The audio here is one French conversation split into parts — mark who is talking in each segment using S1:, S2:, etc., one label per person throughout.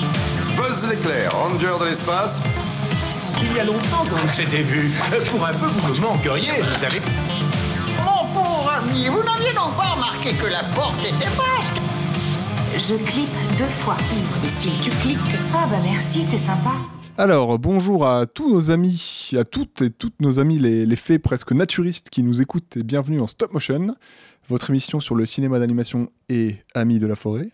S1: vitesse de l'éclair, ranger de l'espace.
S2: Il y a longtemps qu'on s'est débuts. Pour un peu, vous me manqueriez, vous savez.
S3: Mon pauvre ami, euh, vous n'aviez donc pas remarqué que la porte était basque
S4: Je clique deux fois. Libre imbécile, tu cliques. Ah bah merci, t'es sympa.
S5: Alors, bonjour à tous nos amis, à toutes et toutes nos amis, les, les fées presque naturistes qui nous écoutent et bienvenue en Stop Motion, votre émission sur le cinéma d'animation et amis de la forêt.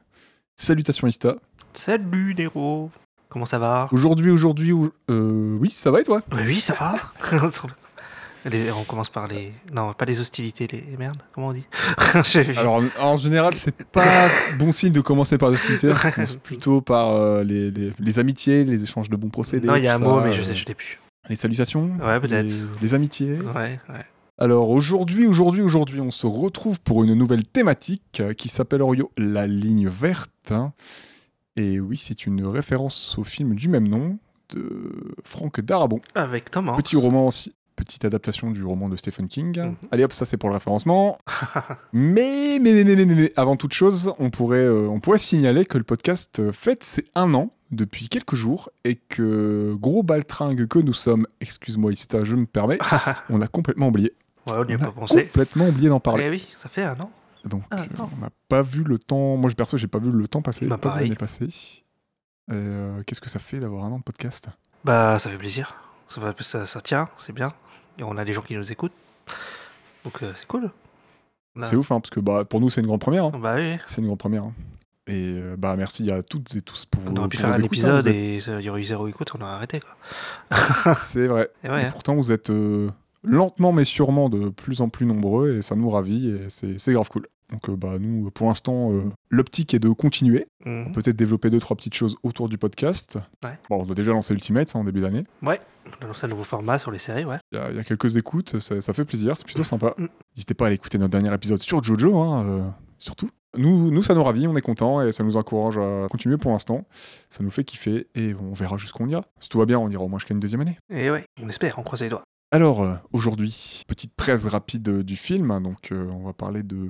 S5: Salutations Ista.
S6: Salut Nero Comment ça va
S5: Aujourd'hui, aujourd'hui, ou- euh, oui, ça va et toi
S6: Bah Oui, ça va Les- On commence par les... Non, pas les hostilités, les les merdes, comment on dit J'ai-
S5: Alors, en, en général, c'est pas bon signe de commencer par des hostilités, on commence plutôt par euh, les, les- les amitiés, les échanges de bons procédés.
S6: Non, il y a un
S5: tout
S6: mot,
S5: ça,
S6: mais je
S5: euh,
S6: sais, je l'ai plus.
S5: Les salutations,
S6: Ouais, peut-être.
S5: les, les amitiés.
S6: Ouais, ouais.
S5: Alors aujourd'hui, aujourd'hui, aujourd'hui, on se retrouve pour une nouvelle thématique euh, qui s'appelle Orio la ligne verte. hein. Et oui, c'est une référence au film du même nom de Franck Darabon.
S6: Avec Tom Hanks.
S5: Petit roman, aussi- petite adaptation du roman de Stephen King.
S6: Mhm.
S5: Allez hop, ça c'est pour le référencement. mais, mais, mais, mais, mais, mais, mais, avant toute chose, on pourrait, euh, on pourrait signaler que le podcast euh, fête ses un an depuis quelques jours et que gros baltringue que nous sommes, excuse-moi Ista, je me permets, on a complètement oublié.
S6: Ouais, on n'y a
S5: On a
S6: pas pensé.
S5: complètement oublié d'en parler.
S6: Eh oui, ça fait un an.
S5: Donc,
S6: Ah,
S5: euh,
S6: non.
S5: on n'a pas vu le temps. Moi, je perso, j'ai pas vu le temps passer.
S6: Bah,
S5: pas vu
S6: pareil.
S5: l'année passée. Euh, Qu'est-ce que ça fait d'avoir un an de podcast
S6: Bah, ça fait plaisir. Ça, va- ça, ça tient, c'est bien. Et on a des gens qui nous écoutent. Donc, euh, c'est cool. Là.
S5: C'est ouf, hein, parce que bah, pour nous, c'est une grande première. hein.
S6: Bah oui,
S5: C'est une grande première. hein. Et euh, bah, merci à toutes et tous pour.
S6: on aurait pu
S5: pour
S6: faire un
S5: vos écoutes, hein,
S6: épisode
S5: vous êtes-
S6: et ça- il y aurait eu zéro écoute, on aurait arrêté, quoi.
S5: C'est vrai.
S6: Et ouais,
S5: Et
S6: hein.
S5: pourtant, vous êtes euh, lentement mais sûrement de plus en plus nombreux et ça nous ravit et c'est c'est grave cool. Donc, euh, bah, nous, pour l'instant, euh, l'optique est de continuer.
S6: Mhm.
S5: Peut-être développer deux, trois petites choses autour du podcast.
S6: Ouais.
S5: Bon, on doit déjà lancer Ultimate ça, en début d'année.
S6: On a lancé un nouveau format sur les séries, ouais.
S5: Il y, a- il y a quelques écoutes, ça, ça fait plaisir, c'est plutôt sympa.
S6: Mm.
S5: N'hésitez pas à aller écouter notre dernier épisode sur Jojo, hein, euh, surtout. Nous, nous, ça nous ravit, on est content et ça nous encourage à continuer pour l'instant. Ça nous fait kiffer et on verra jusqu'où on ira. Si tout va bien, on ira au moins jusqu'à une deuxième année.
S6: Et ouais, on espère, on croise les doigts.
S5: Alors, euh, aujourd'hui, petite presse rapide euh, du film. Donc, euh, on va parler de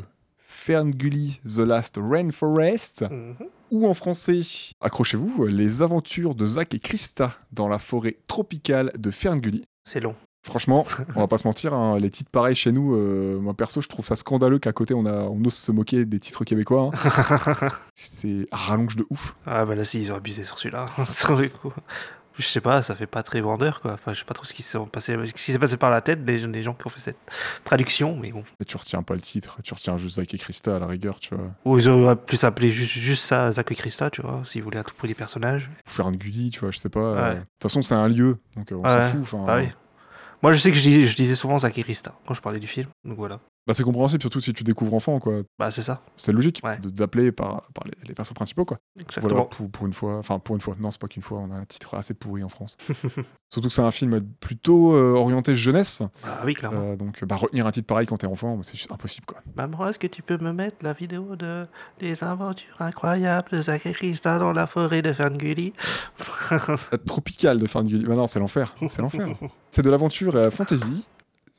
S5: Ferngully The Last Rainforest,
S6: Mhm.
S5: ou en français, accrochez-vous, euh, Les aventures de Zach et Krista dans la forêt tropicale de Ferngully.
S6: C'est long.
S5: Franchement, on va pas se mentir, hein, les titres pareils chez nous, euh, moi perso, je trouve ça scandaleux qu'à côté on, a, on ose se moquer des titres québécois. hein. C'est à rallonge de ouf.
S6: Ah bah là si ils ont abusé sur celui-là. Sur le coup. Je sais pas, ça fait pas très vendeur quoi. Enfin, je sais pas trop ce qui s'est passé, ce qui s'est passé par la tête des, des gens qui ont fait cette traduction, mais bon.
S5: Mais tu retiens pas le titre, tu retiens juste Zach et Krista à la rigueur, tu vois.
S6: Ou ils auraient pu s'appeler juste, juste ça Zach et Krista, tu vois, s'ils voulaient à tout prix des personnages.
S5: Ou faire une gully, tu vois, je sais pas. euh, De
S6: Ouais.
S5: toute façon, c'est un lieu, donc euh, on s'en
S6: Ouais,
S5: fout. enfin,
S6: Bah oui. Moi je sais que je disais, je disais souvent Zach et Krista quand je parlais du film, donc voilà.
S5: bah, c'est compréhensible, surtout si tu découvres enfant, quoi.
S6: Bah c'est ça,
S5: C'est logique
S6: Ouais.
S5: de- d'appeler par, par les, les persos principaux, quoi. Voilà,
S6: exactement.
S5: pour, pour une fois, enfin pour une fois, non, c'est pas qu'une fois, on a un titre assez pourri en France. surtout que c'est un film plutôt euh, orienté jeunesse.
S6: Bah oui, clairement.
S5: Euh, donc, bah, retenir un titre pareil quand t'es enfant, c'est juste impossible, quoi.
S6: Maman, est-ce que tu peux me mettre la vidéo de des aventures incroyables de Zach et Krista dans la forêt de Ferngully
S5: La tropicale de Ferngully. Bah non, c'est l'enfer. C'est l'enfer. c'est de l'aventure euh, fantasy.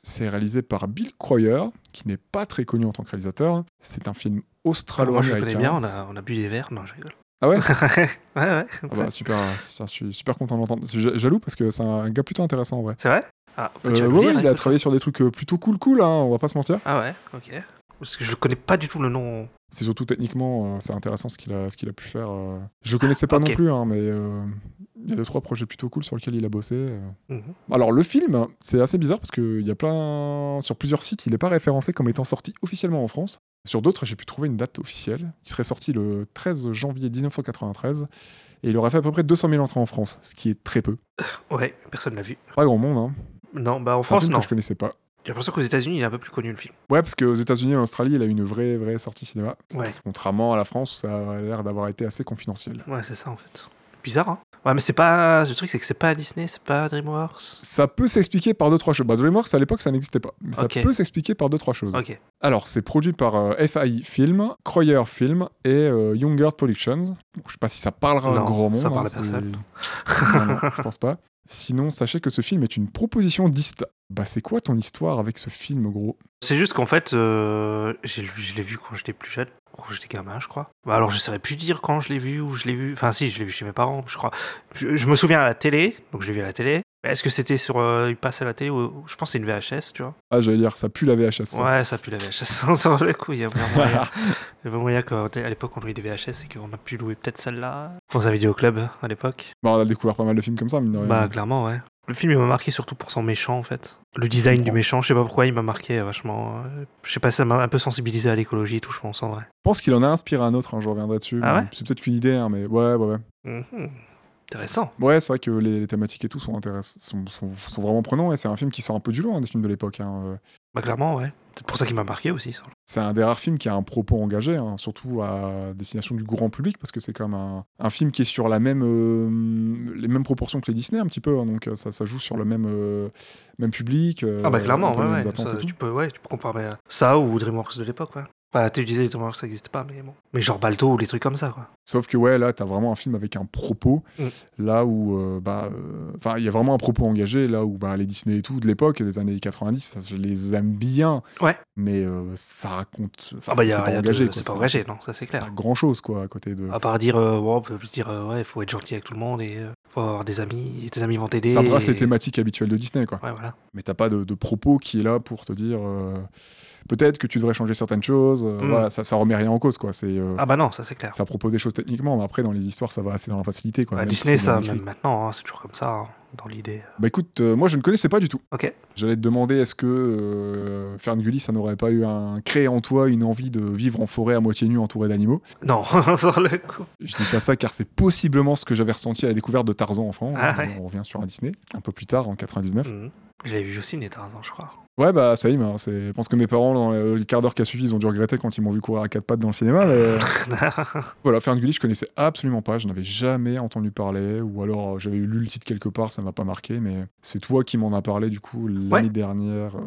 S5: C'est réalisé par Bill Croyer, qui n'est pas très connu en tant que réalisateur. C'est un film
S6: Ah, Moi je le connais
S5: australo-américain.
S6: bien, on a, on a bu des verres, non je rigole.
S5: Ah ouais
S6: ouais, ouais.
S5: Ah bah, super, euh, super, je suis super content de l'entendre. Je suis ja- jaloux parce que c'est un gars plutôt intéressant en vrai.
S6: C'est vrai Ah, bah,
S5: Euh,
S6: tu vas me
S5: ouais,
S6: dire,
S5: ouais, il a
S6: écoute.
S5: travaillé sur des trucs euh, plutôt cool, cool, hein, on va pas se mentir.
S6: Ah ouais, ok. Parce que je connais pas du tout le nom.
S5: C'est surtout techniquement, euh, c'est intéressant ce qu'il a, ce qu'il a pu faire. euh. Je connaissais pas
S6: Ok.
S5: non plus, hein, mais euh, il y a deux, trois projets plutôt cool sur lesquels il a bossé. euh.
S6: Mhm.
S5: Alors le film, c'est assez bizarre parce qu'il y a plein sur plusieurs sites, il n'est pas référencé comme étant sorti officiellement en France. Sur d'autres, j'ai pu trouver une date officielle. Il serait sorti le 13 janvier 1993 et il aurait fait à peu près 200 000 entrées en France, ce qui est très peu.
S6: Ouais, personne l'a vu.
S5: Pas grand monde, hein.
S6: Non, bah en
S5: C'est un
S6: France,
S5: film
S6: non.
S5: que
S6: J'ai
S5: je connaissais pas.
S6: l'impression qu'aux États-Unis, il est un peu plus connu le film.
S5: Ouais, parce qu'aux États-Unis et en Australie, il a eu une vraie vraie sortie cinéma,
S6: Ouais,
S5: contrairement à la France où ça a l'air d'avoir été assez confidentiel.
S6: ouais, c'est ça en fait. Bizarre, hein Ouais, mais c'est pas. Le truc, c'est que c'est pas Disney, c'est pas DreamWorks.
S5: Ça peut s'expliquer par deux trois choses. Bah, DreamWorks à l'époque, ça n'existait pas, mais ça
S6: Ok.
S5: peut s'expliquer par deux trois choses.
S6: Ok.
S5: Alors, c'est produit par euh, FI Film, Croyer Film et euh, Younger Productions. Bon, je sais pas si ça parlera à
S6: Non,
S5: grand monde. hein,
S6: ça parle à
S5: c'est-
S6: personne.
S5: Non, non, je pense pas. Sinon, sachez que ce film est une proposition d'Ista. Bah, c'est quoi ton histoire avec ce film, gros
S6: C'est juste qu'en fait, euh, j'ai le- je l'ai vu quand j'étais plus jeune, quand j'étais gamin, je crois. Bah, alors, je saurais plus dire quand je l'ai vu, où je l'ai vu. Enfin, si, je l'ai vu chez mes parents, je crois. Je, je me souviens à la télé, donc je l'ai vu à la télé. Mais Est-ce que c'était sur. euh, il passait à la télé ou, Je pense que c'est une VHS, tu vois.
S5: Ah, j'allais dire, ça pue la VHS. ça.
S6: Ouais, ça pue la VHS. Sur le coup, il y a vraiment moyen. Il y a moyen qu'à à l'époque, on louait des VHS et qu'on a pu louer peut-être celle-là. Dans un vidéoclub, hein, à l'époque.
S5: Bah, on a découvert pas mal de films comme ça, mine de rien.
S6: Bah clairement ouais. Le film il m'a marqué surtout pour son méchant en fait. Le design du
S5: comprends.
S6: méchant, je sais pas pourquoi il m'a marqué euh, vachement. euh, Je sais pas, ça m'a un peu sensibilisé à l'écologie et tout, je pense en vrai.
S5: Je pense qu'il en a inspiré un autre, hein, je reviendrai dessus.
S6: Ah
S5: mais
S6: ouais
S5: c'est peut-être qu'une idée, hein, mais ouais, ouais, ouais.
S6: Mhm. Intéressant.
S5: Ouais, c'est vrai que les, les thématiques et tout sont, intéress- sont, sont, sont vraiment prenants et c'est un film qui sort un peu du lot hein, des films de l'époque. hein, euh.
S6: Bah clairement ouais. Peut-être pour ça qu'il m'a marqué aussi. sans doute.
S5: C'est un des rares films qui a un propos engagé, hein, surtout à destination du grand public, parce que c'est quand même un, un film qui est sur la même, euh, les mêmes proportions que les Disney, un petit peu. hein, donc euh, ça, ça joue sur le même, euh, même public. euh,
S6: ah bah
S5: un
S6: clairement
S5: peu
S6: ouais.
S5: les
S6: ouais.
S5: mêmes attentes
S6: Ça,
S5: et tout.
S6: tu peux ouais, tu peux comparer euh, ça ou DreamWorks de l'époque ouais. Bah tu disais DreamWorks ça n'existait pas mais bon. Mais genre Balto ou des trucs comme ça quoi.
S5: Sauf que ouais, là, t'as vraiment un film avec un propos,
S6: Mm.
S5: là où, euh, bah, euh, enfin, il y a vraiment un propos engagé, là où, bah, les Disney et tout de l'époque, des années 90, ça, je les aime bien.
S6: Ouais.
S5: Mais euh, ça raconte, enfin,
S6: Ah bah
S5: c'est
S6: y a,
S5: pas
S6: y a de-
S5: engagé, quoi,
S6: c'est
S5: ça
S6: pas engagé non, ça c'est clair.
S5: raconte Pas grand chose, quoi, à côté de.
S6: À part dire, euh, ouais, on peut juste dire euh, ouais, faut être gentil avec tout le monde et euh, faut avoir des amis, et tes amis vont t'aider.
S5: ça brasse les
S6: et-
S5: thématiques habituelles de Disney, quoi.
S6: Ouais voilà.
S5: Mais t'as pas de, de propos qui est là pour te dire, euh, peut-être que tu devrais changer certaines choses. euh,
S6: Mm.
S5: Voilà, ça, ça remet rien en cause, quoi. C'est. euh,
S6: Ah bah non, ça c'est clair.
S5: Ça propose des choses techniquement, mais après dans les histoires ça va assez dans la facilité. Quoi,
S6: Bah,
S5: même si
S6: Disney,
S5: c'est bien
S6: ça,
S5: écrit.
S6: même maintenant, hein, c'est toujours comme ça, hein, dans l'idée.
S5: Bah écoute, euh, moi je ne connaissais pas du tout.
S6: Ok.
S5: J'allais te demander est-ce que euh, Ferngully, ça n'aurait pas eu un créé en toi une envie de vivre en forêt à moitié nu entouré d'animaux.
S6: Non, sur le coup.
S5: Je dis pas ça car c'est possiblement ce que j'avais ressenti à la découverte de Tarzan enfant.
S6: Ah
S5: On-
S6: ouais.
S5: On revient sur un Disney un peu plus tard en 99.
S6: Mhm. J'avais vu aussi né Tarzan, je crois.
S5: Ouais bah ça y est, bah, c'est- je pense que mes parents dans le le quart d'heure qui a suivi ils ont dû regretter quand ils m'ont vu courir à quatre pattes dans le cinéma. mais- euh, Ah, voilà, Ferngully je connaissais absolument pas, je n'avais jamais entendu parler ou alors euh, j'avais lu le titre quelque part, ça m'a pas marqué, mais c'est toi qui m'en as parlé du coup l'année
S6: Ouais.
S5: dernière euh,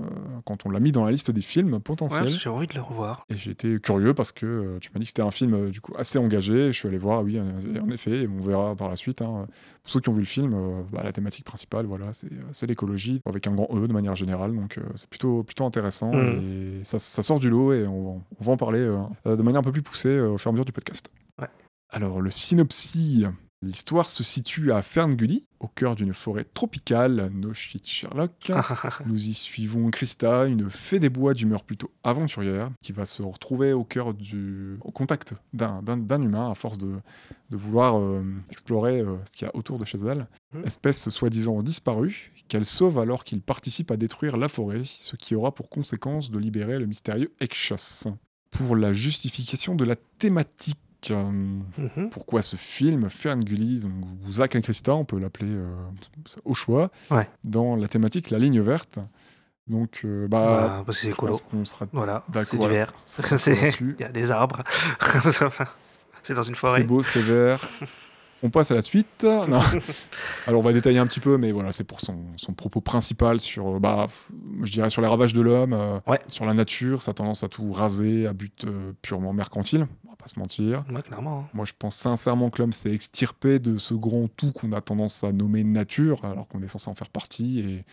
S5: quand on l'a mis dans la liste des films potentiels.
S6: Ouais, j'ai envie de le revoir.
S5: Et j'étais curieux parce que euh, tu m'as dit que c'était un film euh, du coup assez engagé. Je suis allé voir, ah oui, euh, en en effet, et on verra par la suite. hein. Pour ceux qui ont vu le film, euh, bah, la thématique principale, voilà, c'est euh, c'est l'écologie avec un grand E de manière générale. Donc euh, c'est plutôt plutôt intéressant et ça, ça sort du lot et on, va- on va en parler euh, euh, de manière un peu plus poussée euh, au fur et à mesure du podcast.
S6: Ouais.
S5: Alors le synopsis. L'histoire se situe à Ferngully, au cœur d'une forêt tropicale, no shit Sherlock. Nous y suivons Krista, une fée des bois d'humeur plutôt aventurière, qui va se retrouver au cœur du au contact d'un- d'un d'un humain à force de, de vouloir euh, explorer euh, ce qu'il y a autour de chez elle.
S6: Mhm.
S5: Espèce soi-disant disparue, qu'elle sauve alors qu'il participe à détruire la forêt, ce qui aura pour conséquence de libérer le mystérieux Ekshas. Pour la justification de la thématique. euh,
S6: Mhm.
S5: pourquoi ce film, Ferngully, donc, ou Zach et Christa, on peut l'appeler euh, au choix,
S6: Ouais.
S5: dans la thématique La ligne verte. Donc, euh, bah,
S6: Bah, parce que
S5: je
S6: c'est écolo.
S5: pense qu'on sera
S6: Voilà,
S5: D'accord,
S6: c'est
S5: voilà.
S6: d'hiver.
S5: d'accord là-dessus.
S6: Il y a des arbres. c'est dans une
S5: C'est
S6: forêt.
S5: beau, c'est vert. On passe à la suite. Non. Alors on va détailler un petit peu, mais voilà, c'est pour son, son propos principal sur, euh, bah, f- je dirais sur les ravages de l'homme, euh,
S6: Ouais.
S5: sur la nature, sa tendance à tout raser, à but euh, purement mercantile. On va pas se mentir.
S6: Ouais, clairement.
S5: Moi, je pense sincèrement que l'homme s'est extirpé de ce grand tout qu'on a tendance à nommer nature, alors qu'on est censé en faire partie et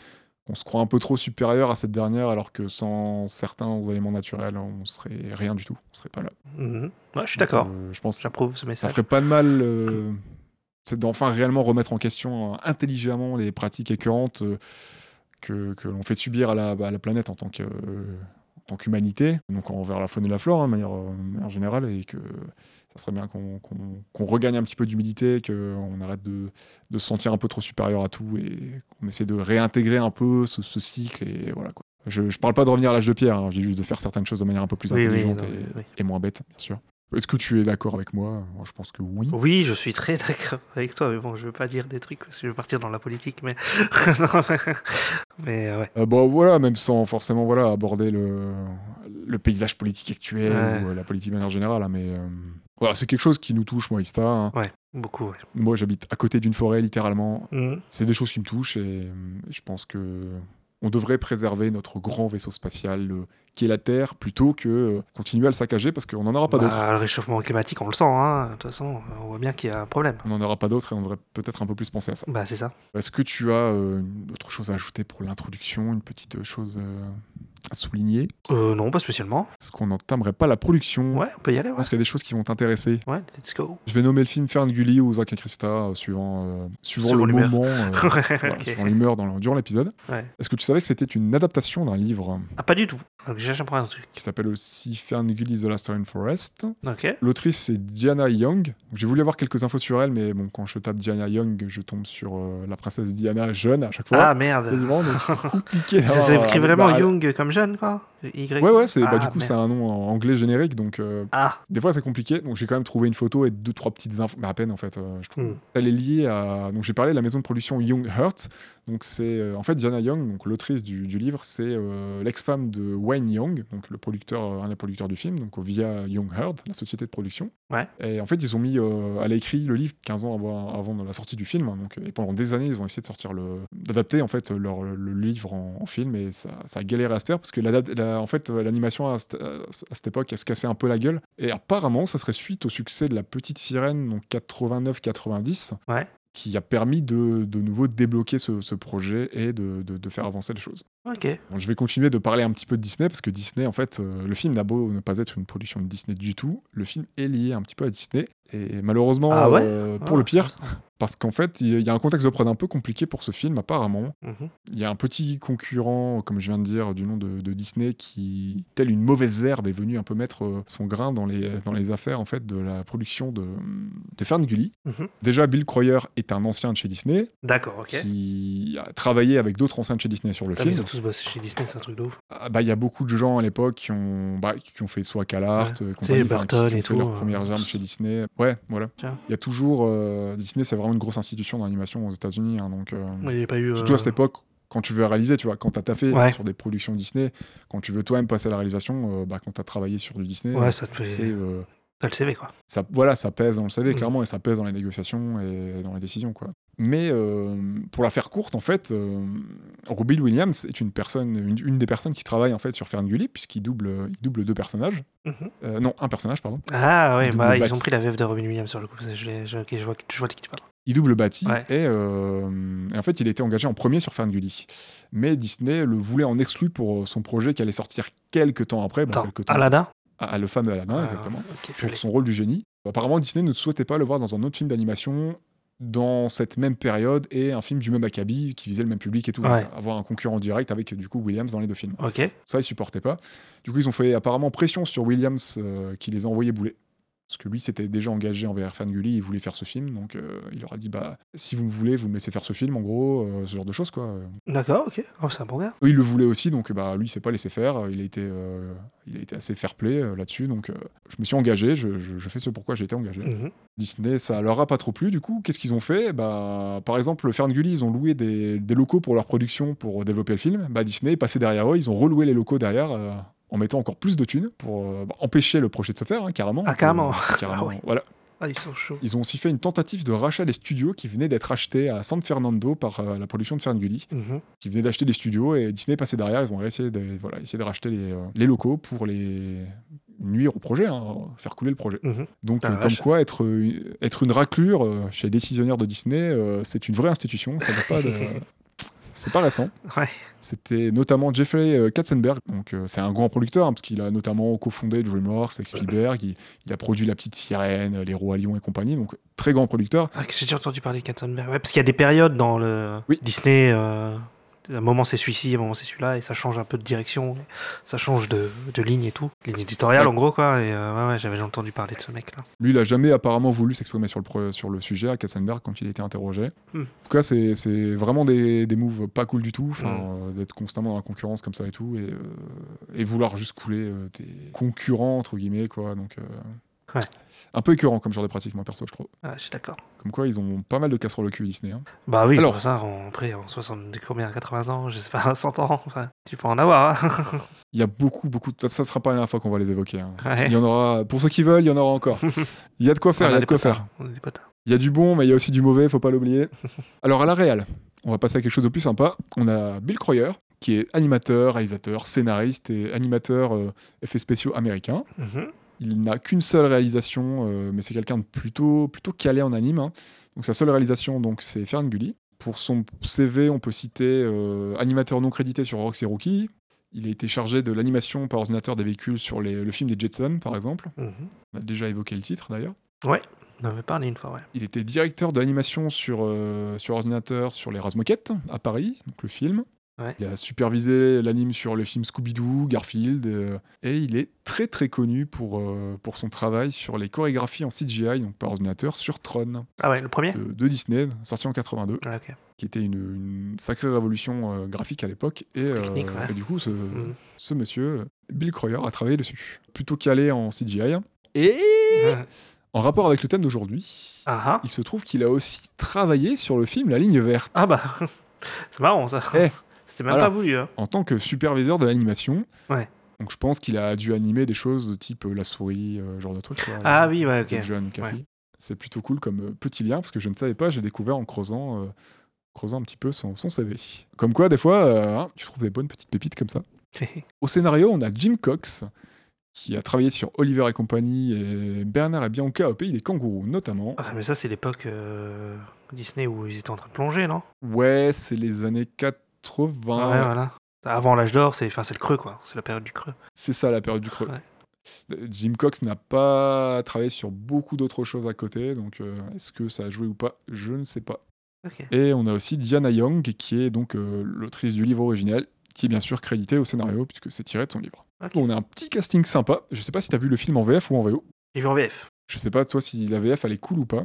S5: qu'on se croit un peu trop supérieur à cette dernière, alors que sans certains éléments naturels, on serait rien du tout. On serait pas là.
S6: Mhm. Ouais, je suis d'accord.
S5: Euh, je pense que
S6: J'approuve ce
S5: ça
S6: message.
S5: ferait pas de mal. euh, c'est d'enfin réellement remettre en question euh, intelligemment les pratiques écœurantes euh, que, que l'on fait subir à la, à la planète en tant que. euh, en tant qu'humanité, donc envers la faune et la flore hein, de manière, euh, de manière générale, et que ça serait bien qu'on qu'on- qu'on regagne un petit peu d'humilité, qu'on arrête de, de se sentir un peu trop supérieur à tout, et qu'on essaie de réintégrer un peu ce, ce cycle, et voilà quoi. Je, je parle pas de revenir à l'âge de pierre, hein, je dis juste de faire certaines choses de manière un peu plus
S6: Oui, oui,
S5: intelligente
S6: non,
S5: et,
S6: mais oui.
S5: et moins bête, bien sûr. Est-ce que tu es d'accord avec moi Moi, je pense que oui.
S6: Oui, je suis très d'accord avec toi, mais bon, je veux pas dire des trucs parce que je veux partir dans la politique, mais. Non, mais euh, ouais.
S5: Euh, bon, voilà, même sans forcément voilà, aborder le, le paysage politique actuel
S6: Ouais.
S5: ou euh, la politique de manière générale, hein, mais euh, voilà, c'est quelque chose qui nous touche, moi, Ista. hein.
S6: Ouais, beaucoup. ouais.
S5: Moi, j'habite à côté d'une forêt, littéralement.
S6: Mhm.
S5: C'est des choses qui me touchent et euh, je pense que on devrait préserver notre grand vaisseau spatial euh, qui est la Terre plutôt que euh, continuer à le saccager parce qu'on n'en aura Oh, pas
S6: Bah,
S5: d'autres.
S6: le réchauffement climatique, on le sent, hein. de toute façon, on voit bien qu'il y a un problème.
S5: On n'en aura pas d'autres et on devrait peut-être un peu plus penser à ça.
S6: Bah, c'est ça.
S5: Est-ce que tu as euh, une autre chose à ajouter pour l'introduction, une petite euh, chose euh, à souligner
S6: Euh, non, pas spécialement.
S5: Est-ce qu'on n'entamerait pas la production
S6: Ouais, on peut y aller, ouais.
S5: Est-ce qu'il y a des choses qui vont t'intéresser
S6: Ouais, let's go.
S5: Je vais nommer le film Ferngully ou Zach et Krista, euh, suivant, euh, suivant
S6: Selon
S5: le
S6: l'humeur.
S5: moment, euh, voilà,
S6: Ok.
S5: suivant l'humeur dans le- durant l'épisode.
S6: Ouais.
S5: Est-ce que tu savais que c'était une adaptation d'un livre
S6: Ah, pas du tout. Donc, déjà, j'apprends un truc.
S5: qui s'appelle aussi Ferngully The Last Iron Forest
S6: Ok.
S5: L'autrice, c'est Diana Young. Donc, J'ai voulu avoir quelques infos sur elle, mais bon, quand je tape Diana Young, je tombe sur euh, la princesse Diana jeune à chaque fois.
S6: Ah, merde.
S5: Quasiment, donc c'est compliqué.
S6: Ça
S5: d'avoir-
S6: s'écrit vraiment
S5: bah,
S6: Young comme jeune, quoi. Y.
S5: Ouais, ouais, c'est, bah,
S6: Ah,
S5: du coup,
S6: merde.
S5: c'est un nom en anglais générique, donc euh,
S6: Ah,
S5: des fois c'est compliqué. Donc j'ai quand même trouvé une photo et deux, trois petites infos, mais à peine en fait, euh, je trouve.
S6: Hmm.
S5: Elle est liée à. Donc j'ai parlé de la maison de production Young Heart. Donc c'est. euh, en fait, Diana Young, donc l'autrice du, du livre, c'est euh, l'ex-femme de Wayne Young, donc le producteur, euh, un des producteurs du film, donc via Young Heart, la société de production.
S6: Ouais.
S5: Et en fait, ils ont mis. euh, elle a écrit le livre 15 ans avant, avant la sortie du film. hein, donc, et pendant des années, ils ont essayé de sortir le. d'adapter en fait leur, le livre en, en film. Et ça, ça a galéré à se faire parce que la, la- en fait, l'animation à, cette- à cette époque, elle se cassait un peu la gueule. Et apparemment, ça serait suite au succès de La Petite Sirène, donc 89-90.
S6: Ouais.
S5: Qui a permis de, de nouveau débloquer ce, ce projet et de- de- de faire avancer les choses.
S6: ok.
S5: Bon, je vais continuer de parler un petit peu de Disney parce que Disney, en fait, euh, le film n'a beau ne pas être une production de Disney du tout, le film est lié un petit peu à Disney et malheureusement
S6: Ah ouais
S5: euh, pour
S6: Ah,
S5: le pire parce qu'en fait il y a un contexte de prod un peu compliqué pour ce film apparemment.
S6: Mhm.
S5: Il y a un petit concurrent, comme je viens de dire, du nom de, de Disney qui, telle une mauvaise herbe, est venu un peu mettre euh, son grain dans les, dans les affaires en fait de la production de, de Ferngully.
S6: Mhm.
S5: Déjà, Bill Croyer est un ancien de chez Disney
S6: D'accord, ok.
S5: qui a travaillé avec d'autres anciens de chez Disney sur le
S6: Ah, mais
S5: film.
S6: ils ont tous bossé chez Disney, c'est un truc de ouf.
S5: Ah bah, il y a beaucoup de gens à l'époque qui ont, bah, qui ont fait soit Calart,
S6: Ouais.
S5: euh,
S6: Tu sais,
S5: compagnie, enfin,
S6: Burton
S5: qui, qui ont
S6: et
S5: fait
S6: tout,
S5: leur
S6: euh,
S5: première germe chez Disney. Ouais, voilà.
S6: Tiens.
S5: Il y a toujours euh, Disney, c'est vraiment une grosse institution dans l'animation aux États-Unis, hein, donc euh,
S6: Il n'y a pas eu.
S5: surtout
S6: euh,
S5: à cette époque. Quand tu veux réaliser, tu vois, quand t'as taffé
S6: Ouais.
S5: sur des productions Disney, quand tu veux toi-même passer à la réalisation, euh, bah, quand t'as travaillé sur du Disney,
S6: Ouais, ça te fait.
S5: c'est euh,
S6: T'as le CV, quoi.
S5: ça, voilà, ça pèse, on le savait
S6: Mm.
S5: clairement, et ça pèse dans les négociations et dans les décisions. Quoi. Mais euh, pour la faire courte, en fait, euh, Ruby Williams est une personne, une, une des personnes qui travaille en fait sur Ferngully, puisqu'il double, il double deux personnages.
S6: Mhm.
S5: Euh, non, un personnage, pardon.
S6: Ah, ouais,
S5: Double
S6: bah, ils
S5: Bats.
S6: ont pris la veuve de Robin Williams sur le coup. Je, l'ai- je- ok, je vois, je vois de qui tu parles.
S5: Il double Batty,
S6: Ouais.
S5: et, euh, et en fait, il était engagé en premier sur Ferngully. Mais Disney le voulait en exclu pour euh, son projet qui allait sortir quelques temps après. bon,
S6: Attends,
S5: quelques temps,
S6: Aladdin
S5: à- à le fameux Aladdin,
S6: Ah,
S5: exactement.
S6: ok, je
S5: pour
S6: l'ai.
S5: son rôle du génie. Apparemment, Disney ne souhaitait pas le voir dans un autre film d'animation dans cette même période et un film du même acabit qui visait le même public et tout. Donc,
S6: Ouais.
S5: avoir un concurrent direct avec du coup Williams dans les deux films.
S6: Ok.
S5: Ça, ils supportaient pas. Du coup, ils ont fait apparemment pression sur Williams euh, qui les a envoyés bouler. Parce que lui s'était déjà engagé envers Fangully, il voulait faire ce film, donc euh, il leur a dit bah si vous me voulez, vous me laissez faire ce film, en gros, euh, ce genre de choses quoi.
S6: D'accord, ok. Oh, c'est un bon gars.
S5: Eux, ils le voulaient aussi, donc bah, lui, il s'est pas laissé faire. Il a été, euh, il a été assez fair-play euh, là-dessus. Donc, euh, je me suis engagé. Je, je- je fais ce pourquoi j'ai été engagé.
S6: Mhm.
S5: Disney, ça leur a pas trop plu. Du coup, qu'est-ce qu'ils ont fait bah, Par exemple, Ferngully, ils ont loué des, des locaux pour leur production pour développer le film. Bah, Disney est passé derrière eux. Ils ont reloué les locaux derrière euh, en mettant encore plus de thunes pour euh, bah, empêcher le projet de se faire, hein, carrément.
S6: Ah, carrément.
S5: Euh, carrément,
S6: Ah ouais.
S5: Voilà.
S6: Ah, ils sont chauds.
S5: Ils ont aussi fait une tentative de rachat des studios qui venaient d'être achetés à San Fernando par euh, la production de Ferngully
S6: Mhm.
S5: qui venaient d'acheter des studios et Disney passait derrière, ils ont essayé de, voilà, essayé de racheter les, euh, les locaux pour les nuire au projet, hein, faire couler le projet.
S6: Mhm.
S5: Donc
S6: Ah,
S5: euh,
S6: la
S5: comme
S6: vache.
S5: quoi être, euh, être une raclure euh, chez les décisionnaires de Disney, euh, c'est une vraie institution, ça n'a pas de... C'est pas récent.
S6: Ouais.
S5: C'était notamment Jeffrey euh, Katzenberg. Donc, euh, c'est un grand producteur, hein, parce qu'il a notamment cofondé DreamWorks avec Spielberg. Il, il a produit La Petite Sirène, Les Rois Lions et compagnie. Donc, très grand producteur.
S6: Ah, J'ai déjà entendu parler de Katzenberg. Ouais, parce qu'il y a des périodes dans le
S5: Oui.
S6: Disney. euh, À un moment c'est celui-ci, à un moment c'est celui-là, et ça change un peu de direction, ça change de, de ligne et tout. Ligne éditoriale
S5: Ouais.
S6: en gros quoi, et euh, ouais, ouais, j'avais déjà entendu parler de ce mec là.
S5: Lui, il n'a jamais apparemment voulu s'exprimer sur le, pro- sur le sujet à Katzenberg quand il a été interrogé.
S6: Hmm.
S5: En tout cas, c'est c'est vraiment des, des moves pas cool du tout, enfin, euh, d'être constamment dans la concurrence comme ça et tout, et, euh, et vouloir juste couler euh, tes concurrents, entre guillemets, quoi. Donc, euh,
S6: Ouais.
S5: un peu écœurant comme genre de pratique, moi, perso, je trouve.
S6: Ah, je suis d'accord.
S5: Comme quoi, ils ont pas mal de casseroles au cul, Disney. hein.
S6: Bah oui,
S5: Alors-
S6: pour ça, en, après, en 60, combien 80 ans, je sais pas, 100 ans, enfin, tu peux en avoir. hein.
S5: Il y a beaucoup, beaucoup. De... Ça, ça sera pas la dernière fois qu'on va les évoquer. hein.
S6: Ouais.
S5: Il y en aura. Pour ceux qui veulent, il y en aura encore. Il y a de quoi faire, il y
S6: On
S5: a de
S6: a des
S5: quoi
S6: potards,
S5: faire.
S6: on a des potards.
S5: Il y a du bon, mais il y a aussi du mauvais, faut pas l'oublier. Alors à la réal, on va passer à quelque chose de plus sympa. On a Bill Croyer, qui est animateur, réalisateur, scénariste et animateur euh, effets spéciaux américain.
S6: Mhm.
S5: Il n'a qu'une seule réalisation, euh, mais c'est quelqu'un de plutôt, plutôt calé en anime. hein. Donc sa seule réalisation, donc, c'est Ferngully. Pour son CV, on peut citer euh, animateur non crédité sur Rox et Rookie. Il a été chargé de l'animation par ordinateur des véhicules sur les- le film des Jetsons, par exemple.
S6: Mhm.
S5: On a déjà évoqué le titre, d'ailleurs.
S6: On en avait parlé une fois, ouais.
S5: Il était directeur de l'animation sur, euh, sur ordinateur sur les Razmoquettes à Paris, donc le film.
S6: Ouais.
S5: Il a supervisé l'anime sur les films Scooby-Doo, Garfield, euh, et il est très très connu pour, euh, pour son travail sur les chorégraphies en CGI, donc par ordinateur, sur Tron
S6: Ah ouais, le premier
S5: de, de Disney, sorti en 82,
S6: Ah, ok.
S5: qui était une, une sacrée révolution euh, graphique à l'époque. Et, euh,
S6: Technique, ouais.
S5: et du coup, ce,
S6: Mhm.
S5: ce monsieur, euh, Bill Croyer, a travaillé dessus, plutôt calé en CGI. Et
S6: Ah
S5: en rapport avec le thème d'aujourd'hui,
S6: ah.
S5: il se trouve qu'il a aussi travaillé sur le film La Ligne Verte
S6: Ah bah, c'est marrant ça.
S5: Eh,
S6: C'était même
S5: voilà.
S6: pas voulu. Hein.
S5: en tant que superviseur de l'animation.
S6: Ouais.
S5: Donc je pense qu'il a dû animer des choses de type euh, la souris, euh, genre de truc. quoi.
S6: Ah oui, ouais, ok.
S5: Comme Jeanne Caffi. C'est plutôt cool comme euh, petit lien parce que je ne savais pas, j'ai découvert en creusant, euh, creusant un petit peu son, son CV. Comme quoi, des fois, euh, hein, tu trouves des bonnes petites pépites comme ça. Au scénario, on a Jim Cox, qui a travaillé sur Oliver et compagnie et Bernard et Bianca au pays des kangourous, notamment.
S6: Ah, mais ça, c'est l'époque euh, Disney où ils étaient en train de plonger, non
S5: Ouais, c'est les années 80.
S6: Ouais, voilà. Avant l'âge d'or, c'est enfin, c'est le creux, quoi. C'est la période du creux.
S5: C'est ça la période du creux.
S6: Ouais.
S5: Euh, Jim Cox n'a pas travaillé sur beaucoup d'autres choses à côté, donc euh, est-ce que ça a joué ou pas Je ne sais pas.
S6: Ok.
S5: Et on a aussi Diana Young, qui est donc euh, l'autrice du livre original, qui est bien sûr créditée au scénario, puisque c'est tiré de son livre.
S6: Ok.
S5: On a un petit casting sympa. Je sais pas si t'as vu le film en VF ou en VO.
S6: J'ai vu en VF.
S5: Je sais pas, toi, si la VF, elle est cool ou pas.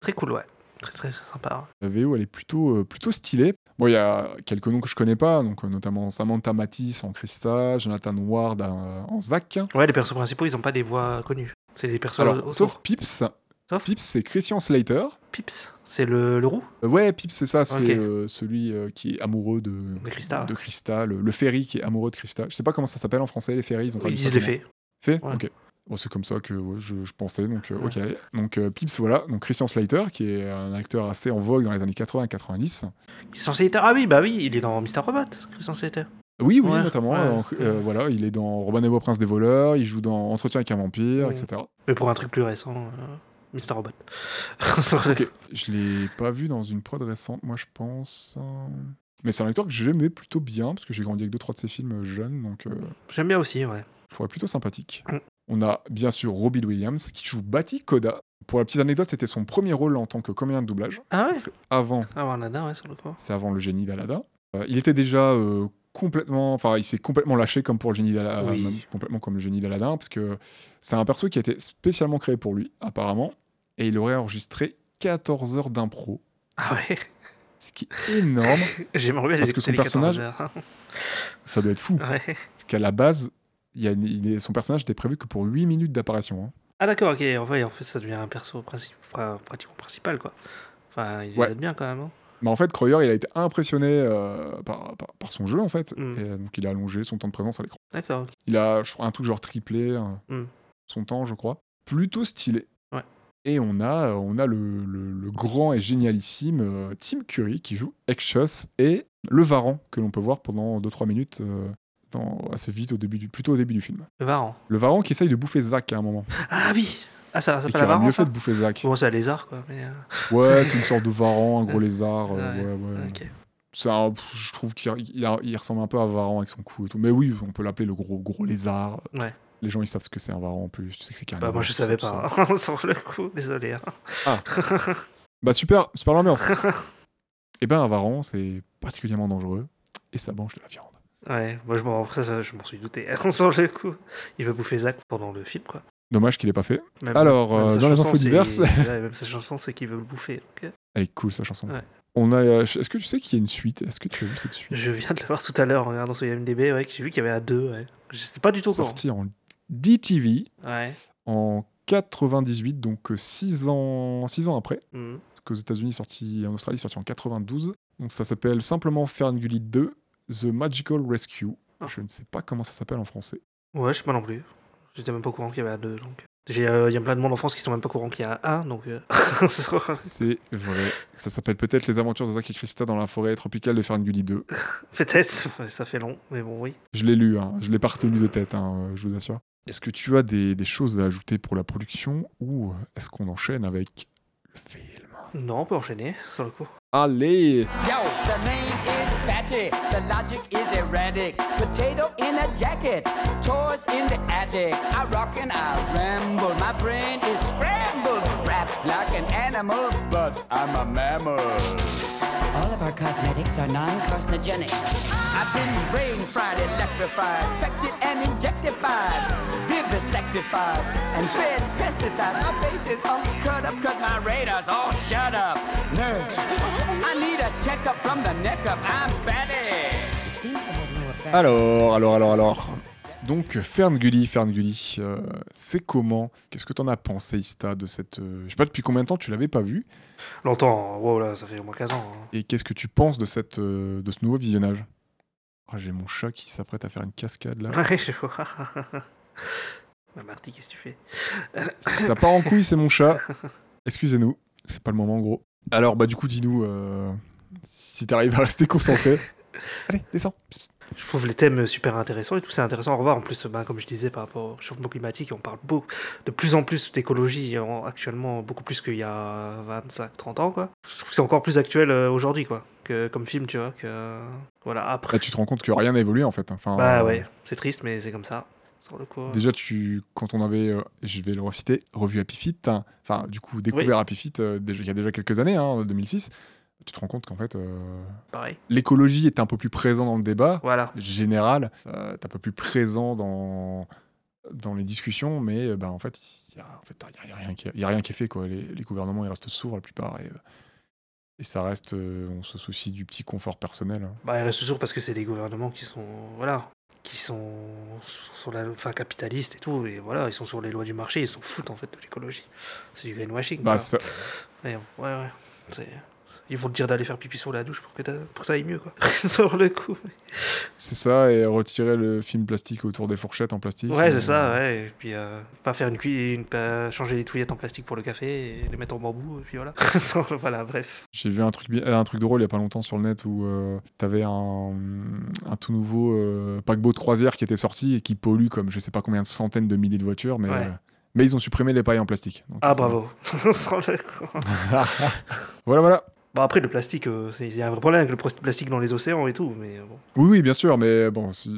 S6: Très cool, ouais. Très, très, très sympa. hein.
S5: La VO, elle est plutôt, euh, plutôt stylée. Bon, il y a quelques noms que je connais pas, donc euh, notamment Samantha Matisse en Christa, Jonathan Ward euh, en Zach.
S6: Ouais, les persos principaux, ils ont pas des voix connues. C'est des persos
S5: Alors,
S6: autour.
S5: sauf Pips.
S6: Sauf
S5: Pips, c'est Christian Slater.
S6: Pips. C'est le, le roux
S5: Euh, ouais, Pips, c'est ça, c'est
S6: Ok.
S5: euh, celui euh, qui est amoureux de,
S6: de Christa.
S5: de Christa, le, le ferry qui est amoureux de Christa. Je sais pas comment ça s'appelle en français, les ferries, ils ont
S6: Ils
S5: traduit ça
S6: disent les
S5: comment
S6: fées.
S5: Fées
S6: Ouais.
S5: Ok. Bon, c'est comme ça que ouais, je, je pensais, donc euh,
S6: Ouais.
S5: ok. Donc euh, Pips, voilà, donc Christian Slater, qui est un acteur assez en vogue dans les années 80-90.
S6: Qui est censé être. Ah oui, bah oui, il est dans Mister Robot. qui est censé être.
S5: Oui, oui,
S6: Ouais,
S5: notamment.
S6: ouais.
S5: euh, euh, voilà, il est dans Robin des Bois, Prince des voleurs, il joue dans Entretien avec un vampire,
S6: Ouais.
S5: etc.
S6: Mais pour un truc plus récent, euh, Mister Robot.
S5: Ok, je l'ai pas vu dans une prod récente, moi je pense. euh, Mais c'est un acteur que j'aimais plutôt bien, parce que j'ai grandi avec deux, trois de ses films euh, jeunes, donc euh,
S6: J'aime bien aussi, ouais.
S5: je trouvais plutôt sympathique.
S6: Mm.
S5: On a bien sûr Robbie Williams qui joue Batty Koda. Pour la petite anecdote, c'était son premier rôle en tant que comédien de doublage.
S6: Ah ouais
S5: Avant,
S6: Ah, Warnada, ouais, sur le coup.
S5: c'est avant le génie d'Alada. Euh, il était déjà euh, complètement, enfin, il s'est complètement lâché comme pour le génie d'Aladin,
S6: Oui.
S5: complètement comme le génie d'Aladin, parce que c'est un perso qui a été spécialement créé pour lui, apparemment, et il aurait enregistré 14 heures d'impro,
S6: Ah ouais
S5: ce qui est énorme.
S6: J'aimerais bien
S5: Parce
S6: les
S5: que
S6: écouter
S5: son
S6: les 14
S5: personnage-
S6: heures. Ah
S5: Ça doit être fou.
S6: Ouais.
S5: Parce qu'à la base, il y a une- il est- son personnage était prévu que pour 8 minutes d'apparition. hein.
S6: Ah d'accord, ok. En fait, en fait, ça devient un perso princi- enfin, pratiquement principal, quoi. Enfin, il les
S5: Ouais.
S6: aide bien, quand même. hein.
S5: Mais en fait, Croyer, il a été impressionné euh, par, par- par son jeu, en fait.
S6: Mm.
S5: Et euh, donc, il a allongé son temps de présence à l'écran.
S6: D'accord. ok.
S5: Il a je crois, un truc genre triplé hein,
S6: Mm.
S5: son temps, je crois. Plutôt stylé.
S6: Ouais.
S5: Et on a, euh, on a le, le- le grand et génialissime euh, Tim Curry qui joue Exos et le Varan que l'on peut voir pendant 2-3 minutes euh, dans- assez vite, au début du, plutôt au début du film.
S6: Le Varan.
S5: Le Varan qui essaye de bouffer Zach à un moment.
S6: Ah oui Ah, ça ça
S5: et qui
S6: s'appelle un
S5: aurait
S6: Varan,
S5: mieux fait
S6: ça
S5: de bouffer Zach.
S6: Bon, c'est un lézard, quoi. Mais, euh,
S5: Ouais, c'est une sorte de Varan, un gros lézard. euh,
S6: Ouais,
S5: ouais, ouais. Ah,
S6: ok.
S5: C'est un- pff, je trouve qu'il il a- il ressemble un peu à Varan avec son cou et tout. Mais oui, on peut l'appeler le gros gros lézard.
S6: Ouais.
S5: Les gens ils savent ce que c'est un Varan en plus. Tu sais que c'est
S6: Bah,
S5: carnivore,
S6: moi, je
S5: tout ça,
S6: savais
S5: tout ça.
S6: pas. hein, sur le coup, désolé. hein.
S5: Bah super, super l'ambiance. et ben un Varan c'est particulièrement dangereux et ça mange de la viande.
S6: Ouais, moi, je m'en ça, ça, je m'en suis douté. sur le coup, il veut bouffer Zach pendant le film, quoi.
S5: Dommage qu'il ait pas fait.
S6: Même-
S5: Alors,
S6: même
S5: euh,
S6: sa
S5: dans les
S6: chanson,
S5: infos
S6: c'est-
S5: diverses-
S6: ouais, même sa chanson, c'est qu'il veut le bouffer. euh. ok.
S5: Elle est cool sa chanson.
S6: Ouais.
S5: On a. euh, Est-ce que tu sais qu'il y a une suite Est-ce que tu as vu cette suite
S6: Je viens de le voir tout à l'heure en regardant sur IMDb, ouais, que j'ai vu qu'il y avait un 2, ouais. Je sais pas du tout quand.
S5: Sortie en DTV
S6: Ouais.
S5: en 98, donc 6 ans, six ans après.
S6: Mhm.
S5: parce qu'aux États-Unis sorti et en Australie sorti en 92. Donc ça s'appelle simplement Ferngully 2 The Magical Rescue.
S6: Ah.
S5: Je ne sais pas comment ça s'appelle en français.
S6: Ouais, je sais pas non plus. J'étais même pas au courant qu'il y avait un 2, donc. euh. Il y a plein de monde en France qui sont même pas courants qu'il y a un, donc. euh,
S5: C'est vrai. Ça s'appelle peut-être Les aventures de Zach et Krista dans la forêt tropicale de Ferngully 2.
S6: Peut-être, ouais, ça fait long, mais bon, oui.
S5: Je l'ai lu, hein. je l'ai pas retenu de tête, hein, euh, je vous assure. Est-ce que tu as des, des choses à ajouter pour la production ou euh, est-ce qu'on enchaîne avec le film
S6: Non, on peut enchaîner sur le coup.
S5: Allez
S7: Yo, the name is Patrick. The logic is erratic. Potato in a jacket. Toys in the attic. I rock and I ramble. My brain is scrambled. Rap like an animal, but I'm a mammal. All of our cosmetics are non-carcinogenic. I've been brain fried, electrified, infected and injectified, vivisectified, and fed pesticide. My face is all cut up, cut my radars all shut up. Nurse, I need a checkup from the neck up. I'm batty.
S5: Alors, alors, alors, alors. Donc, Ferngully, Ferngully, euh, c'est comment Qu'est-ce que t'en as pensé, Ista, de cette... euh, je sais pas depuis combien de temps tu l'avais pas vu,
S6: Longtemps, hein. wow, là, ça fait au moins 15 ans. hein.
S5: et qu'est-ce que tu penses de, cette, euh, de ce nouveau visionnage Ah, J'ai mon chat qui s'apprête à faire une cascade, là.
S6: Ouais, je vois. Bah, Marty, qu'est-ce que tu fais
S5: Si ça part en couille, c'est mon chat. Excusez-nous, c'est pas le moment, en gros. Alors, bah, du coup, dis-nous euh, si t'arrives à rester concentré. Allez, descends. Psst.
S6: Je trouve les thèmes super intéressants et tout, c'est intéressant à revoir. En plus, ben, comme je disais, par rapport au changement climatique, on parle beaucoup, de plus en plus d'écologie en- actuellement, beaucoup plus qu'il y a 25-30 ans. Quoi. Je trouve que c'est encore plus actuel euh, aujourd'hui, quoi, que, comme film, tu vois. Que... Voilà, après.
S5: Là, Bah, tu te rends compte que rien n'a évolué, en fait. Enfin,
S6: Bah
S5: euh,
S6: ouais, c'est triste, mais c'est comme ça. Sur le coup, euh,
S5: Déjà, tu, quand on avait, euh, je vais le reciter, revu Happy Feet, t'as- enfin, du coup, découvert Happy Feet euh, déjà- il y a déjà quelques années, hein, 2006, tu te rends compte qu'en fait, euh,
S6: pareil.
S5: l'écologie est un peu plus présente dans le débat
S6: Voilà.
S5: général, euh, t'es un peu plus présent dans, dans les discussions, mais euh, bah, en fait, il n'y a, en fait, y a- y a, rien qui- y a rien qui est fait. Quoi. Les, les gouvernements, ils restent sourds la plupart, et, euh, et ça reste, euh, on se soucie du petit confort personnel. hein.
S6: Bah, il reste toujours parce que c'est des gouvernements qui sont. Voilà. Qui sont sur la, enfin, capitalistes et tout, et voilà, ils sont sur les lois du marché, ils s'en foutent en fait de l'écologie. C'est du greenwashing.
S5: Bah,
S6: quoi.
S5: ça-
S6: Mais bon, ouais, ouais. C'est- Ils vont te dire d'aller faire pipi sur la douche pour que, t'as- pour que ça aille mieux, quoi. sur le coup.
S5: c'est ça, et retirer le film plastique autour des fourchettes en plastique.
S6: Ouais,
S5: euh,
S6: c'est ça, ouais. Et puis, euh, pas faire une, cui- une- pas changer les touillettes en plastique pour le café et les mettre en bambou, et puis voilà. Sans- voilà, bref.
S5: J'ai vu un truc, bi- un truc drôle il y a pas longtemps sur le net où euh, t'avais un, un tout nouveau euh, paquebot de croisière qui était sorti et qui pollue comme je sais pas combien de centaines de milliers de voitures, mais,
S6: Ouais.
S5: euh, mais ils ont supprimé les pailles en plastique. Donc, ça-
S6: Ah, bravo. Sans le coup.
S5: Voilà, voilà.
S6: Bon, après, le plastique, euh, c'est- il y a un vrai problème avec le pros- plastique dans les océans et tout, mais euh, bon.
S5: Oui, oui, bien sûr, mais bon, c'est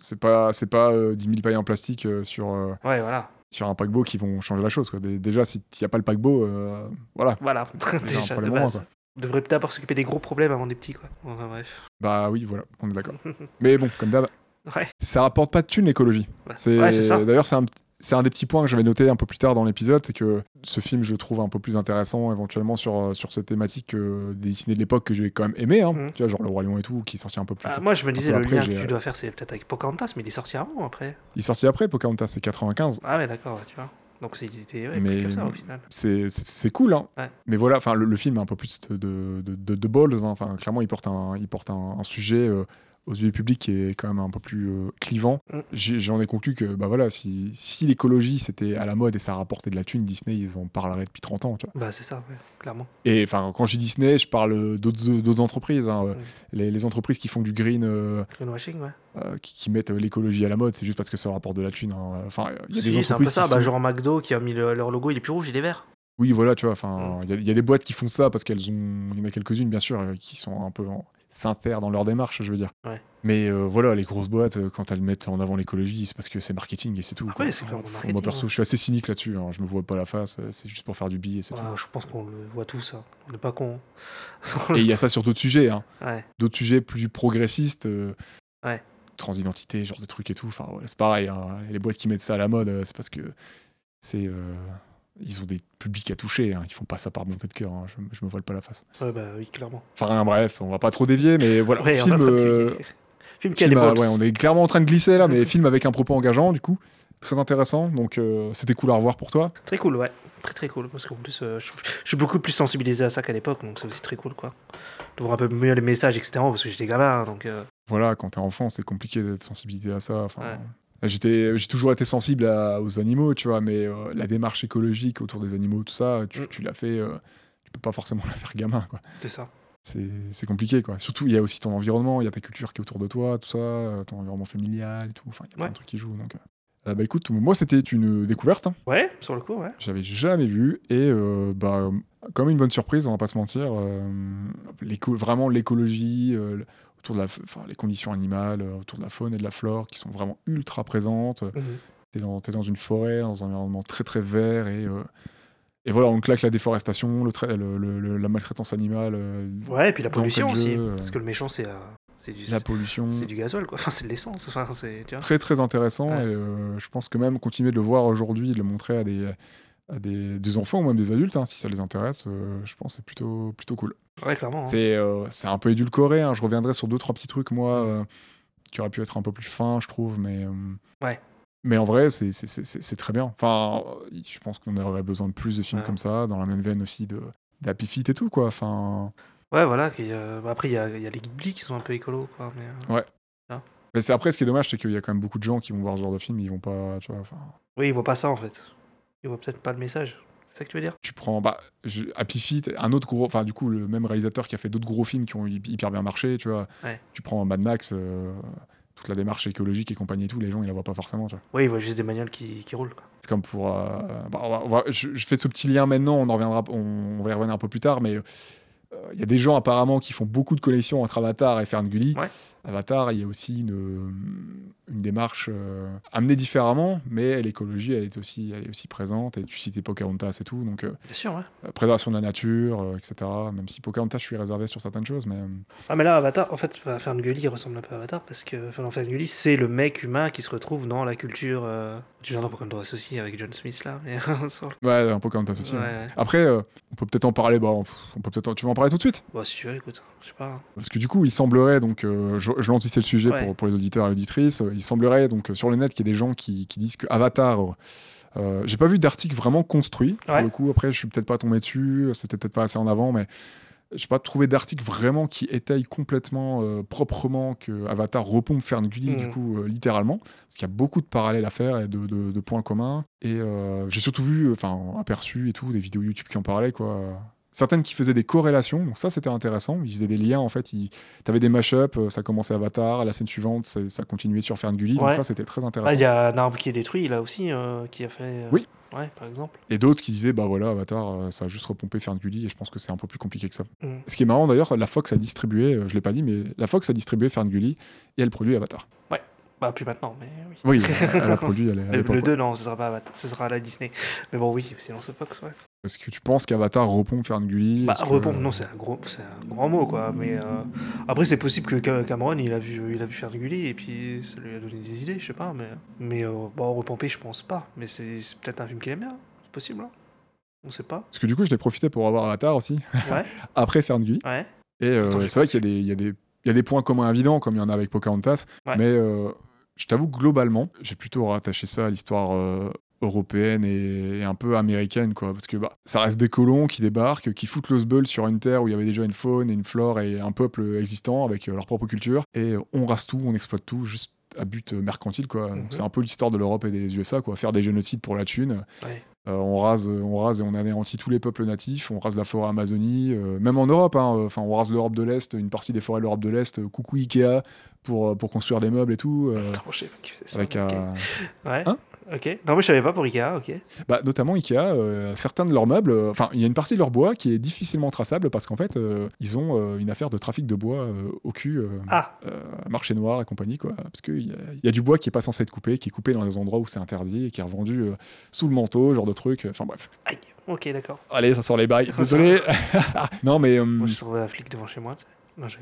S5: c'est pas, c'est pas euh, 10 000 pailles en plastique euh, sur, euh,
S6: Ouais, voilà.
S5: sur un paquebot qui vont changer la chose. Quoi. Dé- Déjà, si n'y a pas le paquebot, euh, voilà.
S6: Voilà.
S5: C'est déjà un
S6: Déjà, de
S5: problème en moins,
S6: base.
S5: quoi.
S6: On devrait d'abord s'occuper des gros problèmes avant des petits, quoi. Enfin, bref.
S5: Bah oui, voilà, on est d'accord. mais bon, comme d'hab,
S6: Ouais.
S5: ça rapporte pas de thunes l'écologie.
S6: Ouais,
S5: C'est-
S6: ouais, c'est ça.
S5: D'ailleurs, c'est un, petit- c'est un des petits points que j'avais noté un peu plus tard dans l'épisode, c'est que ce film, je le trouve un peu plus intéressant éventuellement sur, euh, sur cette thématique euh, des Disney de l'époque que j'ai quand même aimé, hein.
S6: Mhm.
S5: tu vois, genre Le Roi Lion et tout, qui est sorti un peu plus
S6: Ah,
S5: tard.
S6: moi, je me disais,
S5: peu
S6: le
S5: après,
S6: lien
S5: j'ai- euh,
S6: que tu dois faire, c'est peut-être avec Pocahontas, mais il est sorti avant, après.
S5: Il est sorti après, Pocahontas, c'est 95.
S6: Ah ouais, d'accord, ouais, tu vois. Donc c'était ouais,
S5: Mais-
S6: comme ça au final.
S5: c'est c'est- c'est cool hein.
S6: Ouais.
S5: mais voilà enfin le, le film a un peu plus de de, de- de balls hein. enfin clairement il porte un il porte un, un sujet euh, aux yeux du public qui est quand même un peu plus euh, clivant
S6: Mm.
S5: J'ai- j'en ai conclu que bah voilà si, si l'écologie c'était à la mode et ça rapportait de la thune Disney ils en parleraient depuis 30 ans tu vois.
S6: Bah c'est ça, ouais, clairement.
S5: et enfin quand je dis Disney je parle d'autres d'autres entreprises hein.
S6: Mm.
S5: les, les entreprises qui font du green euh,
S6: Greenwashing, ouais.
S5: euh, qui, qui mettent l'écologie à la mode c'est juste parce que ça rapporte de la thune hein. enfin il y a des
S6: Si, c'est un peu
S5: entreprises
S6: ça,
S5: qui
S6: bah,
S5: sont-
S6: genre McDo qui a mis le- leur logo, il est plus rouge, il est vert.
S5: Oui, voilà, tu vois, enfin,
S6: Mm.
S5: il y a- il y, a des boîtes qui font ça parce qu'elles ont. Il y en a quelques-unes, bien sûr, euh, qui sont un peu en- sincères dans leur démarche, je veux dire.
S6: Ouais.
S5: Mais euh, voilà, les grosses boîtes, euh, quand elles mettent en avant l'écologie, c'est parce que c'est marketing et c'est tout.
S6: Ah
S5: quoi.
S6: ouais, c'est clairement
S5: Enfin,
S6: marketing,
S5: Moi, perso,
S6: ouais.
S5: je suis assez cynique là-dessus. hein, Je me vois pas la face. euh, C'est juste pour faire du billet, c'est
S6: Ouais,
S5: tout.
S6: Bah, je pense qu'on le voit tous, hein. on n'est pas con.
S5: Et il y a ça sur d'autres sujets, hein.
S6: Ouais,
S5: d'autres sujets plus progressistes. euh,
S6: Ouais.
S5: Transidentité, genre de trucs et tout. Enfin, ouais, c'est pareil. hein, Les boîtes qui mettent ça à la mode, euh, c'est parce que c'est. euh, Ils ont des publics à toucher. Hein. Ils font pas ça par bonté de cœur. hein, Je, je me voile pas la face.
S6: ouais, bah oui, clairement.
S5: Enfin bref, on va pas trop dévier, mais voilà.
S6: Ouais, on
S5: film,
S6: va pas te
S5: euh,
S6: piquer. film qui a
S5: film
S6: des
S5: à-
S6: balls.
S5: ouais, on est clairement en train de glisser là, mais film avec un propos engageant, du coup, très intéressant. Donc euh, c'était cool à revoir pour toi.
S6: Très cool, ouais. Très très cool, parce qu'en plus, euh, je, je suis beaucoup plus sensibilisé à ça qu'à l'époque, donc c'est aussi très cool, quoi. De voir un peu mieux les messages, etc., parce que j'étais gamin, hein, donc... euh,
S5: Voilà, quand t'es enfant, c'est compliqué d'être sensibilisé à ça. Enfin, euh,
S6: Ouais.
S5: J'étais, j'ai toujours été sensible à- aux animaux, tu vois, mais euh, la démarche écologique autour des animaux, tout ça,
S6: Mm.
S5: tu, tu l'as fait, euh, tu peux pas forcément la faire gamin, quoi.
S6: C'est ça.
S5: C'est, c'est compliqué, quoi. Surtout, il y a aussi ton environnement, il y a ta culture qui est autour de toi, tout ça, euh, ton environnement familial et tout. Enfin, il y a plein de
S6: Ouais.
S5: trucs qui jouent. Donc, euh. Euh, bah écoute, moi c'était une découverte. hein.
S6: Ouais, sur le coup, ouais.
S5: J'avais jamais vu et euh, bah, comme une bonne surprise, on va pas se mentir. euh, l'éco- vraiment l'écologie euh, le- autour de la, f- enfin, les conditions animales euh, autour de la faune et de la flore qui sont vraiment ultra présentes.
S6: Mhm.
S5: T'es dans, t'es dans une forêt, dans un environnement très très vert et euh, et voilà, on claque la déforestation, le trai- le- le- le- la maltraitance animale, euh,
S6: Ouais, et puis la
S5: Dans
S6: pollution
S5: quel
S6: aussi.
S5: jeu, euh,
S6: Parce que le méchant, c'est euh, c'est du,
S5: la pollution.
S6: c'est du gasoil, quoi. Enfin, c'est de l'essence. Enfin, c'est. Tu vois
S5: Très très intéressant
S6: Ouais.
S5: et euh, je pense que même continuer de le voir aujourd'hui, de le montrer à des à des, des enfants ou même des adultes, hein, si ça les intéresse, euh, je pense que c'est plutôt plutôt cool.
S6: Ouais, clairement. hein.
S5: C'est euh, c'est un peu édulcoré. hein. Je reviendrai sur deux, trois petits trucs, moi, euh, qui auraient pu être un peu plus fins, je trouve. Mais, euh,
S6: Ouais.
S5: mais en vrai, c'est- c'est- c'est c'est- c'est très bien. Enfin, euh, je pense qu'on aurait besoin de plus de films
S6: Ouais.
S5: comme ça, dans la même veine aussi de d'Happy Feet et tout, quoi. Enfin,
S6: Ouais, voilà. qu'il y a- bah, Après, il y a, il y a les Ghibli qui sont un peu écolos, quoi. Mais... euh,
S5: mais c'est après, ce qui est dommage, c'est qu'il y a quand même beaucoup de gens qui vont voir ce genre de film, ils vont pas, tu vois, enfin,
S6: Oui, ils voient pas ça, en fait. Ils voient peut-être pas le message. C'est ça que tu veux dire
S5: tu prends bah, je- Happy Feet, un autre gros, enfin du coup le même réalisateur qui a fait d'autres gros films qui ont hy- hyper bien marché, tu vois.
S6: Ouais.
S5: Tu prends Mad Max, euh, toute la démarche écologique et compagnie et tout, les gens ils la voient pas forcément, tu vois.
S6: Oui, ils voient juste des manuels qui, qui roulent, quoi.
S5: C'est comme pour, euh, bah, on va- on va- je, je fais ce petit lien maintenant, on en reviendra, on, on va y revenir un peu plus tard, mais euh, il y a des gens apparemment qui font beaucoup de collections entre Avatar et Ferngully.
S6: Ouais.
S5: Avatar, il y a aussi une, une démarche euh, amenée différemment, mais l'écologie elle est aussi, elle est aussi présente. Et tu citais Pocahontas et tout, donc. euh,
S6: Bien sûr, ouais.
S5: euh, préservation de la nature, euh, etc. Même si Pocahontas, je suis réservé sur certaines choses, mais euh,
S6: Ah, mais là, Avatar, en fait, enfin, Ferngully ressemble un peu à Avatar parce que enfin, dans Ferngully, c'est le mec humain qui se retrouve dans la culture. euh, Tu viendras pour qu'on doit associer avec John Smith, là. Mais... sur le-
S5: ouais, un Pocahontas aussi.
S6: ouais,
S5: ouais.
S6: ouais.
S5: Après, euh, on peut peut-être en parler. Bah, on on peut peut-être. en- Tu veux en parler tout de suite
S6: Bon, si tu veux, écoute, je sais pas. hein.
S5: Parce que du coup, il semblerait donc, euh, je, je lance vite fait le sujet
S6: Ouais.
S5: pour, pour les auditeurs et les auditrices. euh, Il semblerait donc euh, sur le net qu'il y ait des gens qui, qui disent que Avatar. euh, euh, J'ai pas vu d'article vraiment construit. Pour
S6: Ouais.
S5: le coup, après, je suis peut-être pas tombé dessus. C'était peut-être pas assez en avant, mais j'ai pas trouvé d'article vraiment qui étaye complètement euh, proprement que Avatar repompe Ferngully
S6: Mhm.
S5: du coup euh, littéralement parce qu'il y a beaucoup de parallèles à faire et de, de- de points communs et euh, j'ai surtout vu euh, enfin aperçu et tout des vidéos YouTube qui en parlaient quoi certaines qui faisaient des corrélations donc ça c'était intéressant ils faisaient des liens en fait ils... t'avais des mashups euh, ça commençait Avatar la scène suivante c'est- ça continuait sur Ferngully donc
S6: Ouais.
S5: ça c'était très intéressant
S6: Ah, il y a un arbre qui est détruit, là aussi, euh, qui a fait. euh,
S5: Oui.
S6: Ouais, par exemple.
S5: Et d'autres qui disaient, bah voilà, Avatar, euh, ça a juste repompé Ferngully, et je pense que c'est un peu plus compliqué que ça.
S6: Mm.
S5: Ce qui est marrant d'ailleurs, la Fox a distribué, euh, je l'ai pas dit, mais la Fox a distribué Ferngully, et elle produit Avatar.
S6: Bah, plus maintenant, mais oui.
S5: Oui, elle a produit à l'é- à
S6: Le,
S5: l'époque.
S6: le
S5: ouais.
S6: 2, non, ce sera pas Avatar, ce sera la Disney. Mais bon, oui, sinon c'est Fox, ouais.
S5: Est-ce que tu penses qu'Avatar repompe Ferngully
S6: Bah,
S5: Est-ce que-
S6: repompe, non, c'est un, gros, c'est un grand mot, quoi. Mais euh, après, c'est possible que Ca- Cameron, il a vu, il a vu Ferngully et puis ça lui a donné des idées, je sais pas. Mais, mais euh, bon, repomper, je pense pas. Mais c'est c'est peut-être un film qu'il aime bien, c'est possible, hein. On sait pas.
S5: Parce que du coup, je l'ai profité pour avoir Avatar aussi,
S6: Ouais,
S5: après Ferngully.
S6: ouais.
S5: Et euh,
S6: Attends, j'ai
S5: c'est vrai qu'il y a, des, il y a des- il y a des points communs évidents, comme il y en a avec Pocahontas.
S6: Ouais.
S5: Mais euh, je t'avoue, que globalement, j'ai plutôt rattaché ça à l'histoire euh, européenne et, et un peu américaine, quoi. Parce que bah, ça reste des colons qui débarquent, qui foutent l'osbeul sur une terre où il y avait déjà une faune et une flore et un peuple existant avec euh, leur propre culture. Et euh, on rase tout, on exploite tout, juste à but euh, mercantile, quoi.
S6: Mhm.
S5: C'est un peu l'histoire de l'Europe et des USA, quoi. Faire des génocides pour la thune. Euh, on, rase, on rase et on anéantit tous les peuples natifs, on rase la forêt Amazonie, euh, même en Europe, hein, euh, enfin on rase l'Europe de l'Est, une partie des forêts de l'Europe de l'Est, euh, coucou Ikea, pour, euh, pour construire des meubles et tout. euh,
S6: Attends, Oh, je sais pas qui faisait Ah, ça.
S5: avec
S6: mais ok.
S5: un-
S6: Ouais.
S5: Hein
S6: ok. Non, mais je savais pas pour Ikea, ok.
S5: bah, notamment Ikea, euh, certains de leurs meubles, euh, enfin il y a une partie de leur bois qui est difficilement traçable parce qu'en fait euh, ils ont euh, une affaire de trafic de bois euh, au cul, euh,
S6: Ah,
S5: euh, marché noir et compagnie, quoi, parce qu'il y, a- il y a du bois qui est pas censé être coupé, qui est coupé dans des endroits où c'est interdit et qui est revendu euh, sous le manteau, genre de truc, euh, enfin bref.
S6: aïe. Ok, d'accord.
S5: Allez, ça sort les bails. Désolé. non, mais, euh,
S6: Moi, je trouvais un flic devant chez moi, tu sais. Non, je...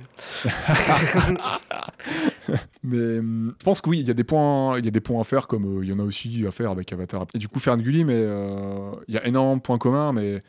S5: mais euh, je pense que oui, il y a des points, il y a des points à faire comme euh, il y en a aussi à faire avec Avatar. Et du coup, Ferngully, mais euh, il y a énormément de points communs, mais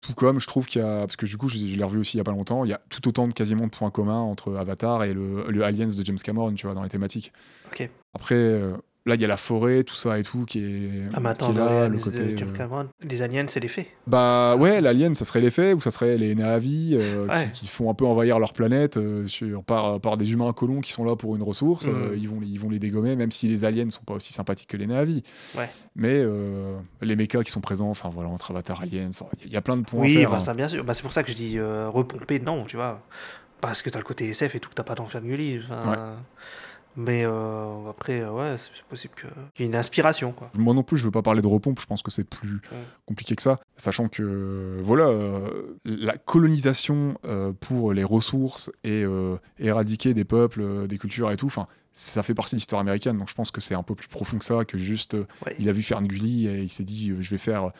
S5: tout comme je trouve qu'il y a, parce que du coup, je, je l'ai revu aussi il y a pas longtemps, il y a tout autant de quasiment de points communs entre Avatar et le, le Aliens de James Cameron, tu vois, dans les thématiques.
S6: Ok.
S5: Après, euh, Là, il y a la forêt, tout ça et tout, qui est,
S6: Ah, mais attends,
S5: qui est
S6: dans
S5: là,
S6: les-
S5: le
S6: les-
S5: côté.
S6: James
S5: euh,
S6: Cameron, les aliens, c'est des faits.
S5: Bah ouais, l'alien, ça serait les faits, ou ça serait les Na'vi euh, qui-
S6: Ouais.
S5: qui, font un peu envahir leur planète euh, sur- par, par des humains colons qui sont là pour une ressource.
S6: Mhm.
S5: euh, ils, vont, les- ils vont les dégommer, même si les aliens sont pas aussi sympathiques que les Na'vi.
S6: Ouais.
S5: Mais euh, les mechas qui sont présents, enfin voilà, entre Avatar, Aliens, enfin, il y, a plein de points
S6: Oui,
S5: à faire.
S6: bah
S5: hein.
S6: ça, bien sûr. Bah, c'est pour ça que je dis euh, repomper, non, tu vois. Parce que t'as le côté SF et tout, que t'as pas d'enflamme Gulli. enfin, Mais euh, après, euh, ouais, c'est c'est possible que- qu'il y ait une inspiration, quoi.
S5: Moi non plus, je veux pas parler de repompe, je pense que c'est plus
S6: Ouais.
S5: compliqué que ça, sachant que euh, voilà, euh, la colonisation euh, pour les ressources et euh, éradiquer des peuples, euh, des cultures et tout, enfin, ça fait partie de l'histoire américaine, donc je pense que c'est un peu plus profond que ça, que juste euh,
S6: Ouais.
S5: il a vu Ferngully et il s'est dit euh, je vais faire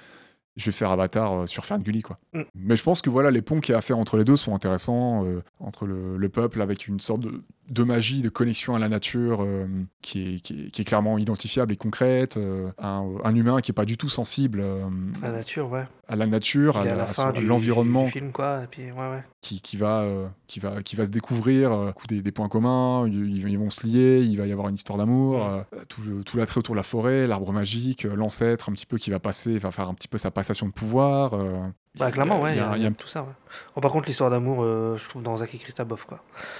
S5: je vais faire Avatar euh, sur Ferngully quoi.
S6: Mm.
S5: Mais je pense que voilà les ponts qu'il y a à faire entre les deux sont intéressants euh, entre le, le peuple avec une sorte de, de magie, de connexion à la nature euh, qui, est, qui, est, qui est clairement identifiable et concrète, euh, un, un humain qui est pas du tout sensible euh,
S6: La nature, Ah ouais.
S5: à la nature, à,
S6: Il est
S5: Ah, la- à son- à
S6: du-
S5: l'environnement
S6: du film, quoi. Et puis, ouais, ouais.
S5: qui, qui va, euh, qui, va, qui va se découvrir, euh, coup, des, des points communs, ils, ils vont se lier, il va y avoir une histoire d'amour, euh, tout, le- tout l'attrait autour de la forêt, l'arbre magique, euh, l'ancêtre un petit peu qui va passer, va faire un petit peu sa passation de pouvoir. euh,
S6: Bah,
S5: il y a-
S6: clairement, ouais,
S5: il y a- il y a-
S6: tout ça. Ouais. Bon, par contre, l'histoire d'amour, euh, je trouve dans Zach et Krista bof, quoi.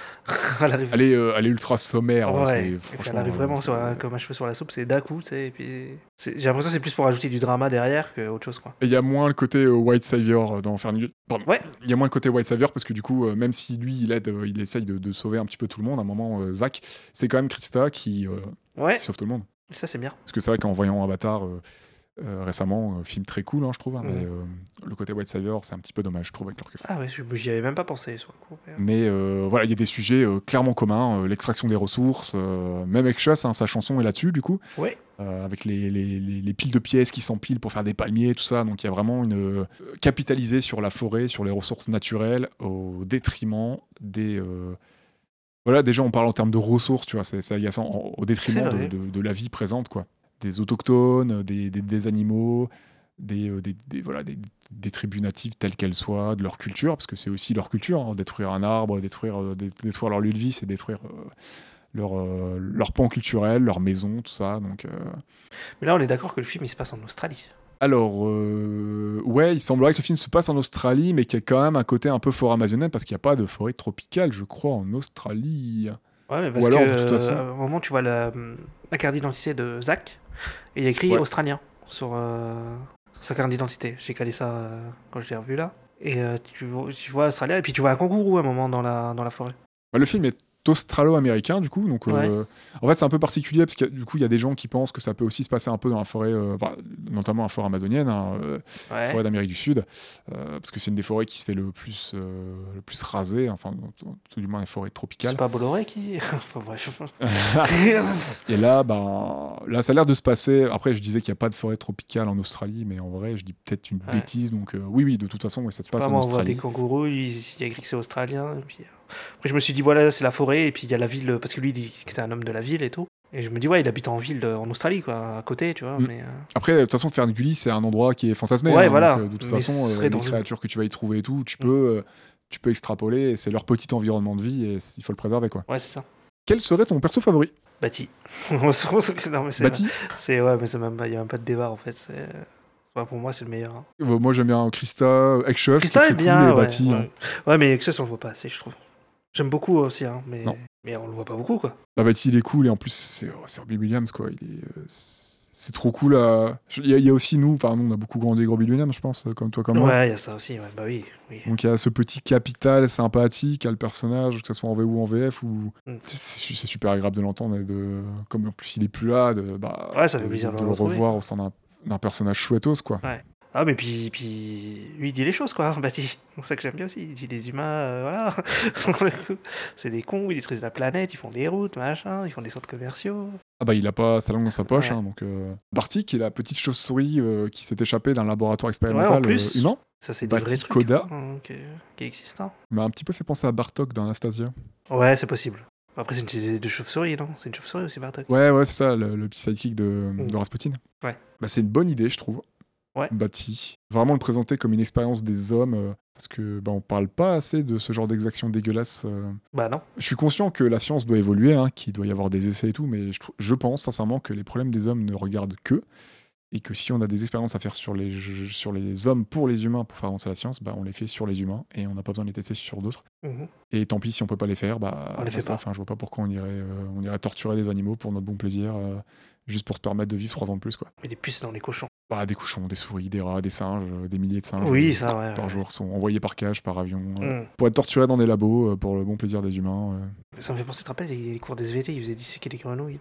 S6: elle arrive,
S5: Elle est, euh, elle est ultra sommaire, hein,
S6: ouais,
S5: c'est-
S6: et puis
S5: franchement,
S6: elle arrive
S5: euh,
S6: vraiment
S5: c'est-
S6: sur un- comme un cheveu sur la soupe, c'est d'un coup, tu sais. et puis c'est- J'ai l'impression que c'est plus pour ajouter du drama derrière qu'autre chose, quoi.
S5: Et il y a moins le côté euh, White Savior euh, dans Ferngully. Pardon.
S6: Ouais.
S5: Il y a moins le côté White Savior parce que du coup, euh, même si lui, il aide, euh, il essaye de, de sauver un petit peu tout le monde, à un moment, euh, Zach, c'est quand même Krista qui, euh,
S6: Ouais,
S5: qui sauve tout le monde.
S6: ça, c'est bien.
S5: Parce que c'est vrai qu'en voyant Avatar euh, euh, récemment, euh, film très cool, hein, je trouve, hein,
S6: Ouais.
S5: mais euh, le côté White Savior, c'est un petit peu dommage, je trouve, avec leur recul.
S6: Ah ouais, je- j'y avais même pas pensé sur le coup. mais, euh,
S5: Mais euh, voilà, il y a des sujets euh, clairement communs, euh, l'extraction des ressources, euh, même avec Chasse, hein, sa chanson est là-dessus, du coup.
S6: Ouais.
S5: Euh, avec les, les- les- les piles de pièces qui s'empilent pour faire des palmiers, tout ça. Donc il y a vraiment une. euh, capitaliser sur la forêt, sur les ressources naturelles, au détriment des. euh, voilà, déjà, on parle en termes de ressources, tu vois, c'est c'est agaçant, en- au détriment
S6: C'est
S5: de,
S6: vrai.
S5: de- de la vie présente, quoi. Des autochtones, des, des- des animaux, des, euh, des, des- voilà, des, des tribus natives telles qu'elles soient, de leur culture, parce que c'est aussi leur culture, hein, détruire un arbre, détruire, euh, dé- détruire leur lieu de vie, c'est détruire euh, leur, euh, leur pan culturel, leur maison, tout ça. Donc, euh,
S6: Mais là, on est d'accord que le film, il se passe en Australie.
S5: alors, euh, ouais, il semblerait que le film se passe en Australie, mais qu'il y a quand même un côté un peu forêt amazonienne, parce qu'il n'y a pas de forêt tropicale, je crois, en Australie.
S6: Ouais, mais parce
S5: alors,
S6: que,
S5: de toute façon-
S6: euh, à un moment, tu vois la, la carte d'identité de Zach, et il y a écrit
S5: Ouais.
S6: australien sur, euh, sur sa carte d'identité. J'ai calé ça euh, quand je l'ai revu là. Et euh, tu, vois- tu vois australien, et puis tu vois un kangourou à un moment dans la, dans la forêt.
S5: Bah, le film est australo-américain, du coup, donc euh, en fait, c'est un peu particulier, parce que du coup, il y a des gens qui pensent que ça peut aussi se passer un peu dans la forêt, euh, bah, notamment la forêt amazonienne, hein, euh,
S6: Ouais.
S5: forêt d'Amérique du Sud, euh, parce que c'est une des forêts qui se fait le plus, euh, le plus raser, enfin, tout, tout du moins les forêts
S6: C'est
S5: tropicales.
S6: pas Bolloré qui. enfin, bref.
S5: Et là, ben, là, ça a l'air de se passer. Après, je disais qu'il n'y a pas de forêt tropicale en Australie, mais en vrai, je dis peut-être une
S6: Ouais.
S5: bêtise. Donc, euh, oui, oui, de toute façon, ouais, ça se passe
S6: Pas
S5: en
S6: moi, on voit des
S5: Australie.
S6: kangourous, il il y a écrit que c'est australien. Et puis... euh, Après, je me suis dit, voilà, c'est la forêt, et puis il y a la ville, parce que lui, il dit que c'est un homme de la ville et tout. Et je me dis, ouais, il habite en ville, euh, en Australie, quoi, à côté, tu vois.
S5: Mm.
S6: Mais, euh,
S5: Après, de toute façon, Ferngully, c'est un endroit qui est fantasmé.
S6: Ouais,
S5: donc,
S6: voilà.
S5: euh, de toute
S6: Mais
S5: façon,
S6: ce
S5: euh,
S6: serait Mm.
S5: les
S6: dans une-
S5: créatures que tu vas y trouver et tout, tu peux, euh, tu peux extrapoler. et C'est leur petit environnement de vie et c- il faut le préserver, quoi.
S6: ouais, c'est ça.
S5: Quel serait ton perso favori,
S6: Bâti. On se- on se- non, mais c'est.
S5: Bati
S6: c'est- ouais, mais c'est même pas- il n'y a même pas de débat, en fait. c'est- euh, ouais, pour moi, c'est le meilleur. hein.
S5: Euh, Moi, j'aime bien Christa, Exchus,
S6: Christin est bien.
S5: cool, et
S6: ouais,
S5: Bati,
S6: ouais.
S5: hein.
S6: Ouais, mais Exos, on le voit pas assez, je trouve. J'aime beaucoup aussi, hein, mais...
S5: Non.
S6: mais on le voit pas beaucoup, quoi.
S5: Bah, Bati, il est cool et en plus, c'est oh, c'est Robbie Williams, quoi. Il est. euh, c'est- c'est trop cool. à- je- Il y, a- il y a aussi nous, enfin, nous, on a beaucoup grandi avec Robbie Williams, je pense, euh, comme toi, comme moi.
S6: ouais, il y a ça aussi, ouais, bah oui. oui.
S5: Donc il y a ce petit capital sympathique à le personnage, que ce soit en VO ou en VF, ou
S6: Mm.
S5: c'est su- c'est super agréable de l'entendre et de comme en plus il est plus là, de bah,
S6: Ouais, ça fait
S5: de-
S6: plaisir de
S5: de
S6: le
S5: le
S6: retrouver.
S5: revoir au sein d'un d'un personnage chouettos quoi.
S6: Ah, mais puis, puis lui, il dit les choses, quoi, hein, Bati. C'est ça que j'aime bien aussi. Il dit les humains, euh, voilà, sont le coup- c'est des cons, ils détruisent la planète, ils font des routes, machin, ils font des centres commerciaux.
S5: Ah bah il a pas sa langue dans sa poche
S6: Ouais.
S5: hein, donc euh... Barty qui est la petite chauve-souris euh, qui s'est échappée d'un laboratoire
S6: Ouais, en
S5: expérimental
S6: plus.
S5: euh, humain,
S6: Ça, c'est des
S5: Bati
S6: vrais trucs
S5: Koda.
S6: quoi, hein, qui, qui existent.
S5: m'a un petit peu fait penser à Bartok dans Anastasia.
S6: Ouais, c'est possible. Après, c'est une chaise de chauve-souris, non C'est une chauve-souris aussi, Bartok
S5: Ouais ouais c'est ça le, le petit sidekick de,
S6: Mm.
S5: de Rasputin.
S6: Ouais.
S5: Bah c'est une bonne idée je trouve.
S6: Ouais.
S5: bâti. Vraiment le présenter comme une expérience des hommes, euh, parce que bah, on parle pas assez de ce genre d'exactions dégueulasses. euh.
S6: Bah non.
S5: Je suis conscient que la science doit évoluer, hein, qu'il doit y avoir des essais et tout, mais je, trou- je pense sincèrement que les problèmes des hommes ne regardent que et que si on a des expériences à faire sur les, jeux- sur les hommes pour les humains pour faire avancer la science, bah, on les fait sur les humains et on n'a pas besoin de les tester sur d'autres.
S6: Mhm.
S5: Et tant pis si on peut pas les faire, bah
S6: On les fait
S5: ça,
S6: pas.
S5: Enfin, je vois pas pourquoi on irait, euh, on irait torturer des animaux pour notre bon plaisir, euh, juste pour se permettre de vivre trois ans de plus, quoi.
S6: Mais des puces dans les cochons.
S5: Bah, des cochons, des souris, des rats, des singes, euh, des milliers de singes.
S6: Oui,
S5: euh,
S6: ça, ouais,
S5: Par
S6: ouais.
S5: jour sont envoyés par cage, par avion, euh,
S6: Mhm.
S5: pour être torturés dans des labos euh, pour le bon plaisir des humains. euh.
S6: Ça me fait penser, tu te rappelles, les, les cours des SVT, ils faisaient disséquer les grenouilles. Là.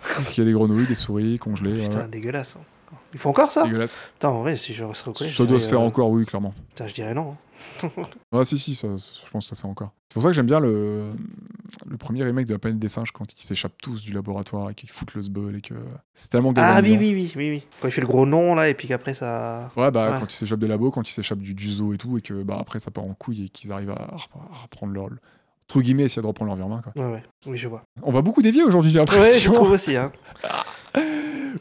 S5: Parce qu'il y a des grenouilles, des souris congelées.
S6: Putain,
S5: ouais.
S6: dégueulasse. hein. Ils font encore ça
S5: Dégueulasse.
S6: Putain, en vrai, si je serais au
S5: Ça
S6: collège. je
S5: doit
S6: dirais,
S5: se faire
S6: euh,
S5: encore, oui, clairement.
S6: Putain, je dirais non. hein.
S5: Ah si si, ça, ça- je pense que ça c'est encore. C'est pour ça que j'aime bien le, le premier remake de la planète des singes quand ils s'échappent tous du laboratoire et qu'ils foutent le sbol et que euh, c'est tellement
S6: ah oui,
S5: galvanisant.
S6: oui, oui, oui, oui. Quand il fait le gros nom, là, et puis qu'après, ça.
S5: Ouais bah
S6: Ouais.
S5: quand ils s'échappent des labos, quand ils s'échappent du, du zoo et tout et que bah après ça part en couille et qu'ils arrivent à, rep- à reprendre leur entre guillemets essayer de reprendre leur vie en main quoi.
S6: Ouais, ouais. Oui, je vois.
S5: On va beaucoup dévier aujourd'hui j'ai
S6: Ouais, je
S5: l'impression.
S6: trouve aussi, hein.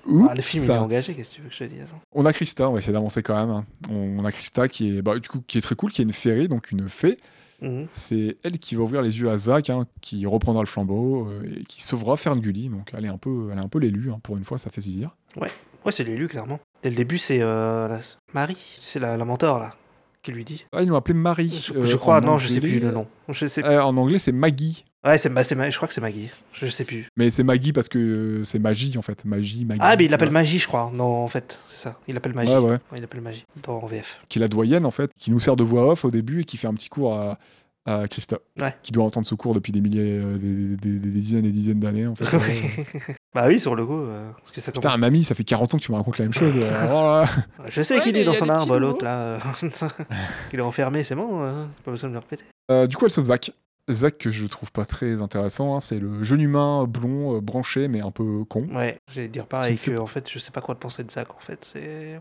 S5: Oups,
S6: Ah, le film, il est
S5: ça.
S6: engagé, qu'est-ce que tu veux que je te dise hein.
S5: On a Krista, on va essayer d'avancer quand même. hein. On on a Krista qui est bah, du coup qui est très cool, qui est une féerie donc une fée
S6: Mhm.
S5: C'est elle qui va ouvrir les yeux à Zach, hein, qui reprendra le flambeau euh, et qui sauvera Ferngully. Donc elle est un peu, elle est un peu l'élu. hein, pour une fois, ça fait zizir.
S6: Ouais, c'est l'élu, clairement. Dès le début, c'est euh, la... Marie, c'est la, la mentor, là, qui lui dit.
S5: Ah, ils l'ont appelée Marie.
S6: Je,
S5: euh,
S6: je crois,
S5: en
S6: non, je sais
S5: anglais.
S6: plus le nom. Je sais...
S5: Euh, en anglais, c'est Maggie.
S6: Ouais, c'est, bah, c'est Ma- je crois que c'est Maggie. Je sais plus.
S5: Mais c'est Maggie parce que euh, c'est magie en fait. Magie, Maggie.
S6: Ah, mais il
S5: tu
S6: l'appelle
S5: vois.
S6: Magie, je crois. Non, en fait, c'est ça. Il l'appelle Magie.
S5: Ouais, ouais.
S6: Ouais, il l'appelle Magie. Dans en VF.
S5: Qui est la doyenne en fait, qui nous sert de voix off au début et qui fait un petit cours à, à Krista.
S6: Ouais.
S5: Qui doit entendre ce cours depuis des milliers, euh, des, des- des- des dizaines et des dizaines d'années en fait. Ouais.
S6: bah oui, sur le coup. euh, parce que ça
S5: Putain, mamie, ça fait 40 ans que tu me racontes la même chose. euh, oh là là.
S6: commence- Je sais
S3: Ouais,
S6: qu'il
S3: mais
S6: est dans
S3: il y a
S6: son
S3: des petits
S6: arbre,
S3: nouveaux.
S6: l'autre, là. euh, il est enfermé, c'est bon. euh, pas besoin de le répéter.
S5: Euh, du coup, elle sauve Zach. Zach, que je trouve pas très intéressant, hein, c'est le jeune humain blond, euh, branché, mais un peu con.
S6: Ouais, j'allais dire
S5: Ça me
S6: pareil
S5: fait
S6: que, en fait, je sais pas quoi penser de Zach, en fait. C'est.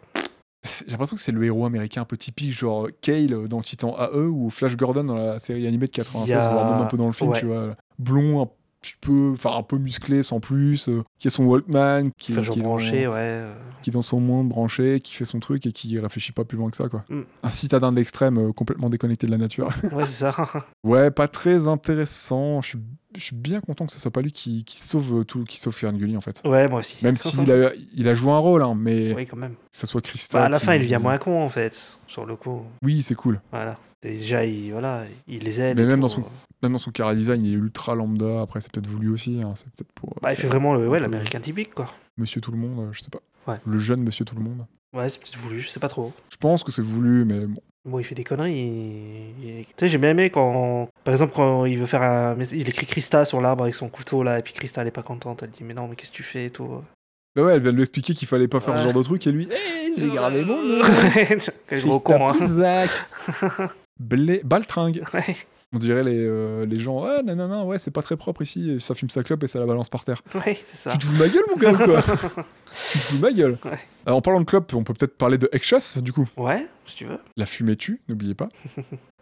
S5: C'est- J'ai l'impression que c'est le héros américain un peu typique, genre Kale dans Titan AE ou Flash Gordon dans la série animée de 96,
S6: Il y a-
S5: voire même un peu dans le film,
S6: ouais.
S5: tu vois. Blond, un petit peu, enfin un peu musclé sans plus, euh, qui a son Walkman, qui,
S6: Qui fait genre
S5: qui est dans-
S6: branché, ouais. euh,
S5: qui est dans son monde branché, qui fait son truc et qui réfléchit pas plus loin que ça, quoi.
S6: Mm.
S5: Un citadin de l'extrême euh, complètement déconnecté de la nature.
S6: Ouais, c'est ça.
S5: Ouais, pas très intéressant. Je suis, je suis bien content que ce soit pas lui qui, qui sauve tout, qui sauve Ferngully en fait.
S6: ouais, moi aussi.
S5: Même s'il a, il a joué un rôle, hein, mais
S6: Oui, quand même.
S5: que ce soit Christa.
S6: Bah, à la
S5: qui-
S6: fin, il devient moins con, en fait. Sur le coup.
S5: Oui, c'est cool.
S6: Voilà. Et déjà, il, voilà, il les aide.
S5: Mais
S6: et
S5: même
S6: tout,
S5: dans son-
S6: euh.
S5: Même dans son cara design, il est ultra lambda. Après, c'est peut-être voulu aussi. hein, C'est peut-être pour euh,
S6: Bah, il
S5: faire
S6: fait vraiment le,
S5: un
S6: ouais,
S5: peu
S6: l'américain typique, quoi.
S5: Monsieur Tout le Monde, euh, je sais pas.
S6: Ouais.
S5: Le jeune Monsieur Tout le Monde.
S6: Ouais, c'est peut-être voulu, je sais pas trop.
S5: Je pense que c'est voulu, mais bon.
S6: Bon, il fait des conneries. il- il- Tu sais, j'ai bien aimé quand, par exemple, quand il veut faire un, mais il écrit Krista sur l'arbre avec son couteau là, et puis Krista elle est pas contente. Elle dit mais non, mais qu'est-ce que tu fais et tout.
S5: Bah ouais, elle vient de lui expliquer qu'il fallait pas faire
S6: Ouais.
S5: ce genre de truc et lui, hé, j'ai gardé mon nom.
S6: Quel gros con. Hein.
S5: Zach. Blé... Baltringue.
S6: Ouais.
S5: On dirait les, euh, les gens, ah non, non, non, ouais, c'est pas très propre ici, ça fume sa clope et ça la balance par terre.
S6: Ouais, c'est ça.
S5: Tu te fous de ma gueule, mon gars, ou quoi Tu te fous de ma gueule.
S6: Ouais.
S5: Euh, en parlant de clope, on peut peut-être parler de Exchas, du coup.
S6: Ouais, si tu veux.
S5: La fumée tue, n'oubliez pas.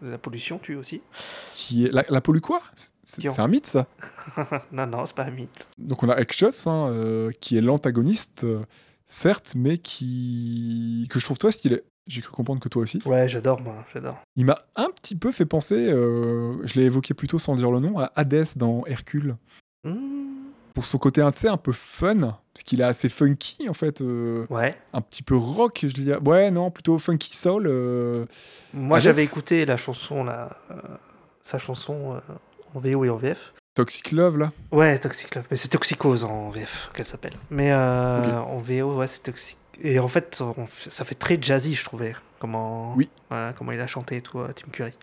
S6: La pollution tue aussi.
S5: Qui est... La, la pollue quoi C'est- C'est
S6: Dion.
S5: c'est un mythe, ça.
S6: non, non, c'est pas un mythe.
S5: Donc on a Exchas, hein, euh, qui est l'antagoniste, euh, certes, mais qui... que je trouve très stylé. J'ai cru comprendre que toi aussi.
S6: Ouais, j'adore moi, j'adore.
S5: Il m'a un petit peu fait penser, euh, je l'ai évoqué plus tôt sans dire le nom, à Hadès dans Hercule.
S6: Hmm,
S5: Pour son côté, tu sais, un peu fun, parce qu'il est assez funky, en fait, euh,
S6: Ouais.
S5: un petit peu rock, je dirais. Ouais, non, plutôt funky soul. euh,
S6: Moi,
S5: Ah,
S6: j'avais
S5: yes.
S6: écouté la chanson là, euh, sa chanson euh, en VO et en VF.
S5: Toxic Love, là.
S6: Ouais, Toxic Love. Mais c'est Toxicose en VF qu'elle s'appelle. Mais euh,
S5: Ok.
S6: en VO, ouais, c'est Toxic. Et en fait, on f- ça fait très jazzy, je trouvais. Comment,
S5: Oui.
S6: voilà, comment il a chanté et tout, euh, Tim Curry.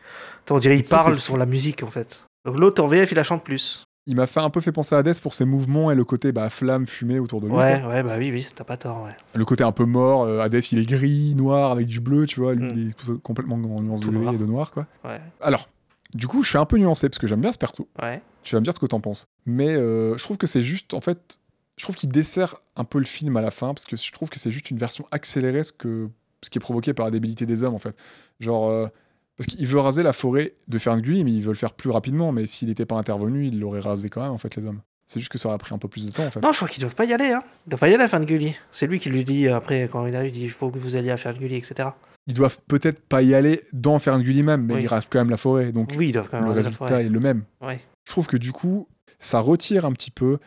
S6: Attends, on dirait il
S5: Ça,
S6: parle
S5: c'est-
S6: sur la musique, en fait. Donc l'autre, en VF, il la chante plus.
S5: Il m'a fait un peu fait penser à Hades pour ses mouvements et le côté bah, flamme, fumée autour de lui.
S6: Ouais,
S5: quoi.
S6: ouais, bah oui, oui, t'as pas tort, ouais.
S5: Le côté un peu mort. euh, Hades, il est gris, noir, avec du bleu, tu vois. Lui,
S6: Mm.
S5: il est tout- complètement en nuance
S6: Tout
S5: de gris
S6: noir.
S5: et de noir, quoi.
S6: Ouais,
S5: Alors, du coup, je suis un peu nuancé, parce que j'aime bien ce perso.
S6: ouais.
S5: Tu vas me dire ce que t'en penses. Mais euh, je trouve que c'est juste, en fait, je trouve qu'il dessert un peu le film à la fin, parce que je trouve que c'est juste une version accélérée, ce, que, ce qui est provoqué par la débilité des hommes, en fait. Genre, euh, parce qu'il veut raser la forêt de Ferngully, mais il veut le faire plus rapidement, mais s'il n'était pas intervenu, il l'aurait rasé quand même, en fait, les hommes. C'est juste que ça aurait pris un peu plus de temps en fait.
S6: Non, je crois qu'ils doivent pas y aller. Hein. Ils doivent pas y aller à Ferngully. C'est lui qui lui dit euh, après, quand il arrive, il dit il faut que vous alliez à Ferngully, etc.
S5: Ils doivent peut-être pas y aller dans Ferngully même, mais
S6: Oui.
S5: il reste quand même la forêt. Donc
S6: Oui, ils doivent quand même
S5: le
S6: aller à la
S5: résultat
S6: forêt.
S5: est le même.
S6: Ouais.
S5: Je trouve que du coup, ça retire un petit peu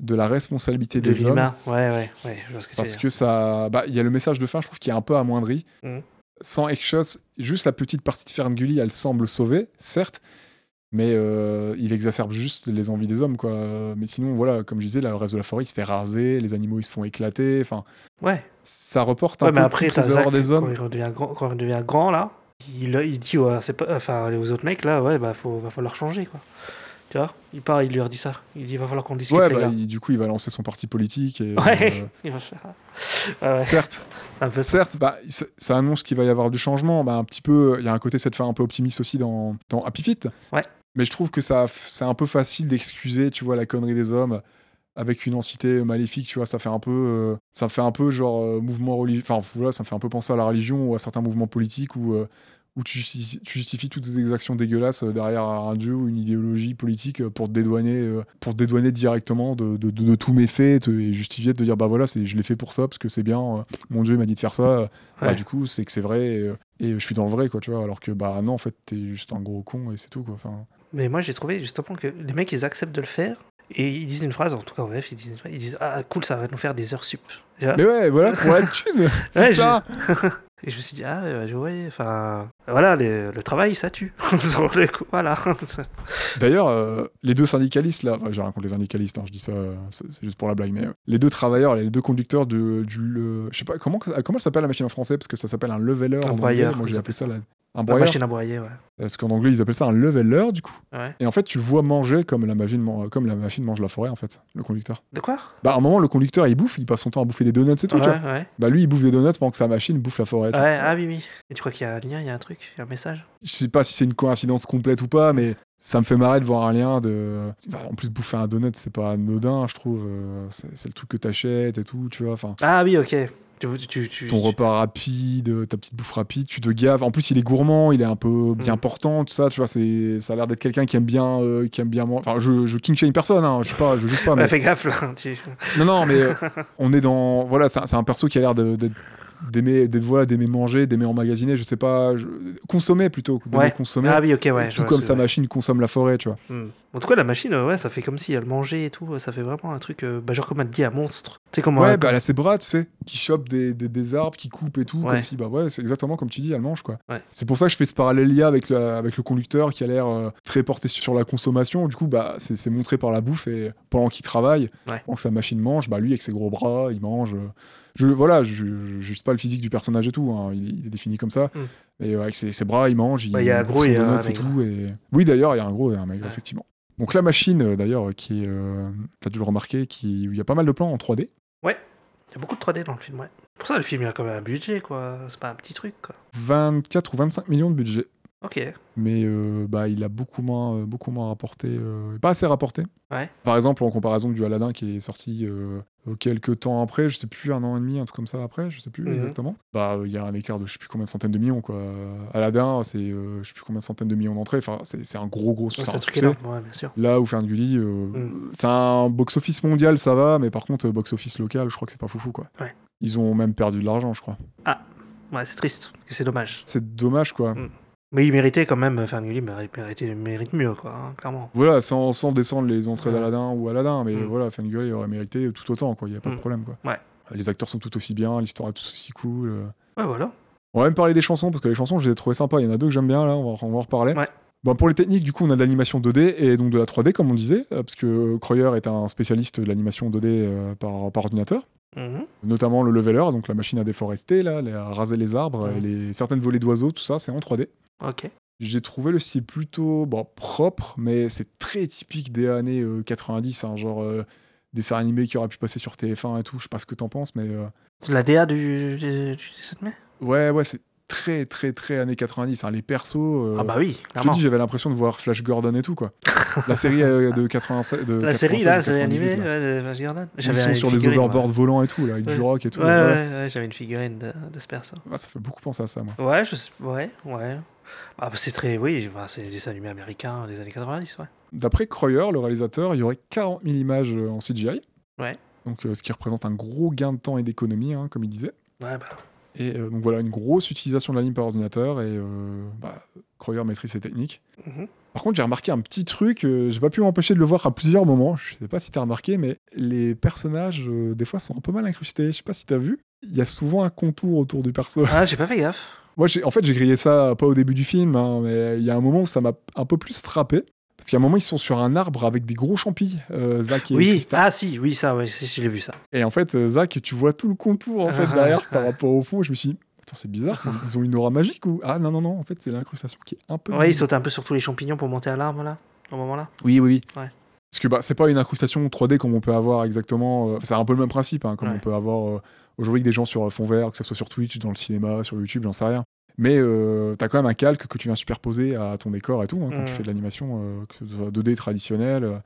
S5: de la responsabilité
S6: De
S5: des hommes.
S6: Lima. Ouais, ouais, ouais. Je vois ce que tu veux
S5: Parce
S6: dire.
S5: que ça. bah, Il y a le message de fin, je trouve, qui est un peu amoindri.
S6: Mhm.
S5: Sans Exos, juste la petite partie de Ferngully, elle semble sauvée, certes, mais euh, il exacerbe juste les envies des hommes, quoi. Mais sinon, voilà, comme je disais, là, le reste de la forêt, il se fait raser, les animaux, ils se font éclater. Enfin,
S6: Ouais.
S5: ça reporte un
S6: Ouais, mais
S5: peu
S6: après,
S5: toutes les
S6: Tarzak,
S5: erreurs des
S6: Quand
S5: hommes.
S6: il redevient grand, quand il devient grand là, il, il dit ouais, c'est pas, enfin, aux autres mecs là, ouais, bah, faut, va falloir changer quoi. Tu vois, il part, il leur dit ça. Il dit va falloir qu'on discute
S5: Ouais,
S6: les
S5: bah,
S6: gars.
S5: il- du coup, il va lancer son parti politique. Et,
S6: Ouais.
S5: euh,
S6: il va faire- Ouais, ouais.
S5: certes,
S6: C'est un peu ça.
S5: certes, bah, ça- ça annonce qu'il va y avoir du changement. Bah, un petit peu, il y a un côté cette fin un peu optimiste aussi dans, dans Happy Feet.
S6: Ouais.
S5: Mais je trouve que ça, c'est un peu facile d'excuser, tu vois, la connerie des hommes avec une entité maléfique, tu vois. Ça fait un peu, euh, ça me fait un peu genre euh, mouvement religieux. Enfin, voilà, ça me fait un peu penser à la religion ou à certains mouvements politiques où, euh, où tu, justifies, tu justifies toutes ces exactions dégueulasses euh, derrière un dieu ou une idéologie politique euh, pour te dédouaner, euh, pour te dédouaner directement de, de, de- de tous mes faits te- et justifier de te dire bah voilà, c'est, je l'ai fait pour ça parce que c'est bien. euh, mon dieu, il m'a dit de faire ça. euh, bah,
S6: Ouais.
S5: du coup, c'est que c'est vrai et, euh, et je suis dans le vrai, quoi, tu vois. Alors que bah non, en fait, t'es juste un gros con et c'est tout, quoi. Enfin,
S6: Mais moi, j'ai trouvé justement que les mecs, ils acceptent de le faire et ils disent une phrase, en tout cas en VF, ils disent, ils disent ah cool, ça va nous faire des heures sup. Tu vois
S5: Mais ouais, voilà, pour la thune.
S6: Ah. Ouais,
S5: putain.
S6: Et je me suis dit, ah ouais, ouais, ouais, enfin, voilà, le, le travail, ça tue. Sur le coup, voilà.
S5: D'ailleurs, euh, les deux syndicalistes, là, enfin, je raconte les syndicalistes, hein, je dis ça, euh, c'est c'est juste pour la blague, mais euh, les deux travailleurs, les deux conducteurs du. du le- je sais pas, comment, comment ça s'appelle la machine en français Parce que ça s'appelle un leveler.
S6: Un
S5: en anglais,
S6: broyeur,
S5: Moi, j'ai
S6: ils
S5: appelé ça la- un
S6: La
S5: broyeur.
S6: machine à broyer, ouais.
S5: Parce qu'en anglais, ils appellent ça un leveler, du coup.
S6: Ouais.
S5: Et en fait, tu le vois manger comme la machine, man- comme la machine mange la forêt, en fait, le conducteur.
S6: De quoi
S5: Bah, à un moment, le conducteur, il bouffe, il passe son temps à bouffer des donuts et tout,
S6: Ouais,
S5: tu vois.
S6: ouais.
S5: Bah lui, il bouffe des donuts pendant que sa machine bouffe la forêt. tu vois.
S6: Ouais, ah oui, oui. Et tu crois qu'il y a un lien, il y a un truc, il y a un message
S5: Je sais pas si c'est une coïncidence complète ou pas, mais ça me fait marrer de voir un lien de. Bah, en plus, bouffer un donut, c'est pas anodin, je trouve. euh, C'est c'est le truc que t'achètes et tout, tu vois. Enfin,
S6: Ah oui, ok. Tu, tu, tu, tu-
S5: ton repas rapide, ta petite bouffe rapide, tu te gaves. En plus, il est gourmand, il est un peu bien
S6: Mm.
S5: portant, tout ça. Tu vois, c'est ça a l'air d'être quelqu'un qui aime bien, euh, qui aime bien. man- Enfin, je, je king shame personne, hein, je sais pas, je juge pas.
S6: Ouais,
S5: Mais
S6: Ah, fais gaffe là. Tu...
S5: Non, non, mais euh, on est dans. Voilà, c'est un- c'est un perso qui a l'air de- d'être- d'aimer des voilà d'aimer manger d'aimer emmagasiner je sais pas je- consommer plutôt que d'aimer
S6: Ouais.
S5: consommer
S6: Ah oui, ok, ouais. je
S5: tout
S6: vois,
S5: comme
S6: c'est
S5: sa
S6: vrai.
S5: machine consomme la forêt tu vois
S6: Hmm. En tout cas, la machine, euh, ouais, ça fait comme si elle mangeait et tout. euh, Ça fait vraiment un truc, euh, bah, genre comme elle dit, un monstre. Tu sais comment.
S5: ouais bah elle a ses bras tu sais qui chope des, des- des arbres qui coupe et tout
S6: Ouais.
S5: comme si bah ouais c'est exactement comme tu dis elle mange quoi
S6: Ouais.
S5: c'est pour ça que je fais ce parallèle là avec la- avec le conducteur qui a l'air euh, très porté sur la consommation du coup bah c'est c'est montré par la bouffe et pendant qu'il travaille
S6: Ouais.
S5: pendant que sa machine mange bah lui avec ses gros bras il mange euh, je voilà je, je, je juge pas le physique du personnage et tout hein, il, il est défini comme ça
S6: Mm.
S5: et euh, avec ses, ses bras il mange il,
S6: Bah, il y a un
S5: bouffe
S6: gros
S5: son
S6: et un
S5: donut, c'est
S6: maigre.
S5: tout et oui d'ailleurs il y a un gros et un maigre
S6: Ouais.
S5: effectivement donc la machine euh, d'ailleurs qui est, euh, t'as dû le remarquer qui il y a pas mal de plans en 3D
S6: Il y a beaucoup de 3D dans le film, ouais. Pour ça, le film, il a quand même un budget, quoi. C'est pas un petit truc, quoi.
S5: 24 ou 25 millions de budget.
S6: Ok.
S5: Mais euh, bah, il a beaucoup moins, euh, beaucoup moins rapporté, euh, pas assez rapporté.
S6: Ouais.
S5: Par exemple, en comparaison du Aladdin qui est sorti euh, euh, quelques temps après, je sais plus, un an et demi, un truc comme ça après, je sais plus
S6: Mhm.
S5: exactement. Bah, euh, il y a un écart de je sais plus combien de centaines de millions, quoi. Aladdin, c'est euh, je sais plus combien de centaines de millions d'entrées, enfin, c'est c'est un gros, gros
S6: Ouais,
S5: c'est
S6: C'est un truc
S5: succès.
S6: énorme, ouais, bien sûr.
S5: Là où Ferngully, euh,
S6: Mm.
S5: c'est un box-office mondial, ça va, mais par contre, euh, box-office local, je crois que c'est pas foufou, quoi.
S6: Ouais.
S5: Ils ont même perdu de l'argent, je crois.
S6: Ouais, c'est triste, parce que c'est dommage.
S5: C'est dommage, quoi.
S6: Mais il méritait quand même, enfin, Gulli mérite, mérite, mérite mieux, quoi, hein, clairement.
S5: Voilà, sans, sans descendre les entrées
S6: Ouais.
S5: d'Aladin ou Aladin, mais
S6: Mm.
S5: voilà, Fangirl il aurait mérité tout autant, quoi. Il n'y a pas de
S6: Mm.
S5: problème, quoi.
S6: Ouais.
S5: Euh, Les acteurs sont tout aussi bien, l'histoire est tout aussi cool. euh.
S6: Ouais, voilà.
S5: On va même parler des chansons, parce que les chansons, je les ai trouvées sympas. Il y en a deux que j'aime bien, là, on va, on va en reparler.
S6: Ouais.
S5: Bon, pour les techniques, du coup, on a de l'animation 2D et donc de la 3D, comme on disait, euh, parce que Croyer est un spécialiste de l'animation 2D euh, par, par ordinateur,
S6: Mhm.
S5: notamment le leveler, donc la machine à déforester, là, les- à raser les arbres,
S6: Ouais.
S5: et les, certaines volées d'oiseaux, tout ça, c'est en 3D.
S6: Ok.
S5: J'ai trouvé le style plutôt bon, propre, mais c'est très typique des années euh, 90, hein, genre euh, dessin animé qui aurait pu passer sur TF1 et tout. Je sais pas ce que t'en penses, mais euh,
S6: C'est La DA du, du, du 17 mai
S5: ouais, ouais, c'est très, très, très années 90. hein. Les persos, euh,
S6: Ah bah oui,
S5: je te
S6: clairement.
S5: dis, j'avais l'impression de voir Flash Gordon et tout, quoi. La série euh, de 96. De
S6: La série
S5: 96,
S6: là,
S5: de
S6: c'est
S5: 98,
S6: animé,
S5: là.
S6: ouais, de Flash Gordon.
S5: Ils
S6: J'avais
S5: sont
S6: une
S5: sur des
S6: figurine,
S5: overboards
S6: ouais. volants
S5: volants et tout, là, avec
S6: Ouais.
S5: du rock et tout.
S6: Ouais,
S5: ouais.
S6: ouais, ouais, j'avais une figurine de, de ce perso.
S5: Ah, ça fait beaucoup penser à ça, moi.
S6: Ouais, je sais- ouais, ouais. Ah, bah, c'est très, oui, bah, c'est des dessins animés américains des années 90, ouais.
S5: D'après Croyer, le réalisateur, il y aurait 40 000 images euh, en CGI.
S6: Ouais.
S5: Donc, euh, ce qui représente un gros gain de temps et d'économie, hein, comme il disait.
S6: Ouais, bah,
S5: Et euh, donc voilà, une grosse utilisation de la ligne par ordinateur et euh, bah, Croyer maîtrise ses techniques.
S6: Mhm.
S5: Par contre, j'ai remarqué un petit truc, euh, j'ai pas pu m'empêcher de le voir à plusieurs moments, je sais pas si t'as remarqué, mais les personnages, euh, des fois, sont un peu mal incrustés, je sais pas si t'as vu. Il y a souvent un contour autour du perso.
S6: Ah, j'ai pas fait gaffe.
S5: Moi, j'ai- en fait, j'ai grillé ça pas au début du film, hein, mais il y a un moment où ça m'a un peu plus frappé. Parce qu'à un moment, ils sont sur un arbre avec des gros champis, euh, Zach et
S6: Oui,
S5: Krista.
S6: ah si, oui, ça, ouais, si, si, j'ai vu ça.
S5: Et en fait, euh, Zach, tu vois tout le contour en fait, derrière par rapport au fond. Et je me suis dit, attends, c'est bizarre, ils ont une aura magique ou. Ah non, non, non, en fait, c'est l'incrustation qui est un peu.
S6: Ouais, il
S5: visible.
S6: saute un peu sur tous les champignons pour monter à l'arbre, là, au moment-là.
S5: Oui, oui, oui.
S6: Ouais.
S5: Parce que bah, c'est pas une incrustation 3D comme on peut avoir exactement. euh, c'est un peu le même principe, hein, comme
S6: Ouais.
S5: on peut avoir euh, aujourd'hui avec des gens sur euh, fond vert, que ce soit sur Twitch, dans le cinéma, sur YouTube, j'en sais rien. Mais euh, t'as quand même un calque que tu viens superposer à ton décor et tout, hein, quand
S6: Mm.
S5: tu fais de l'animation, euh, que ce soit 2D traditionnelle. euh,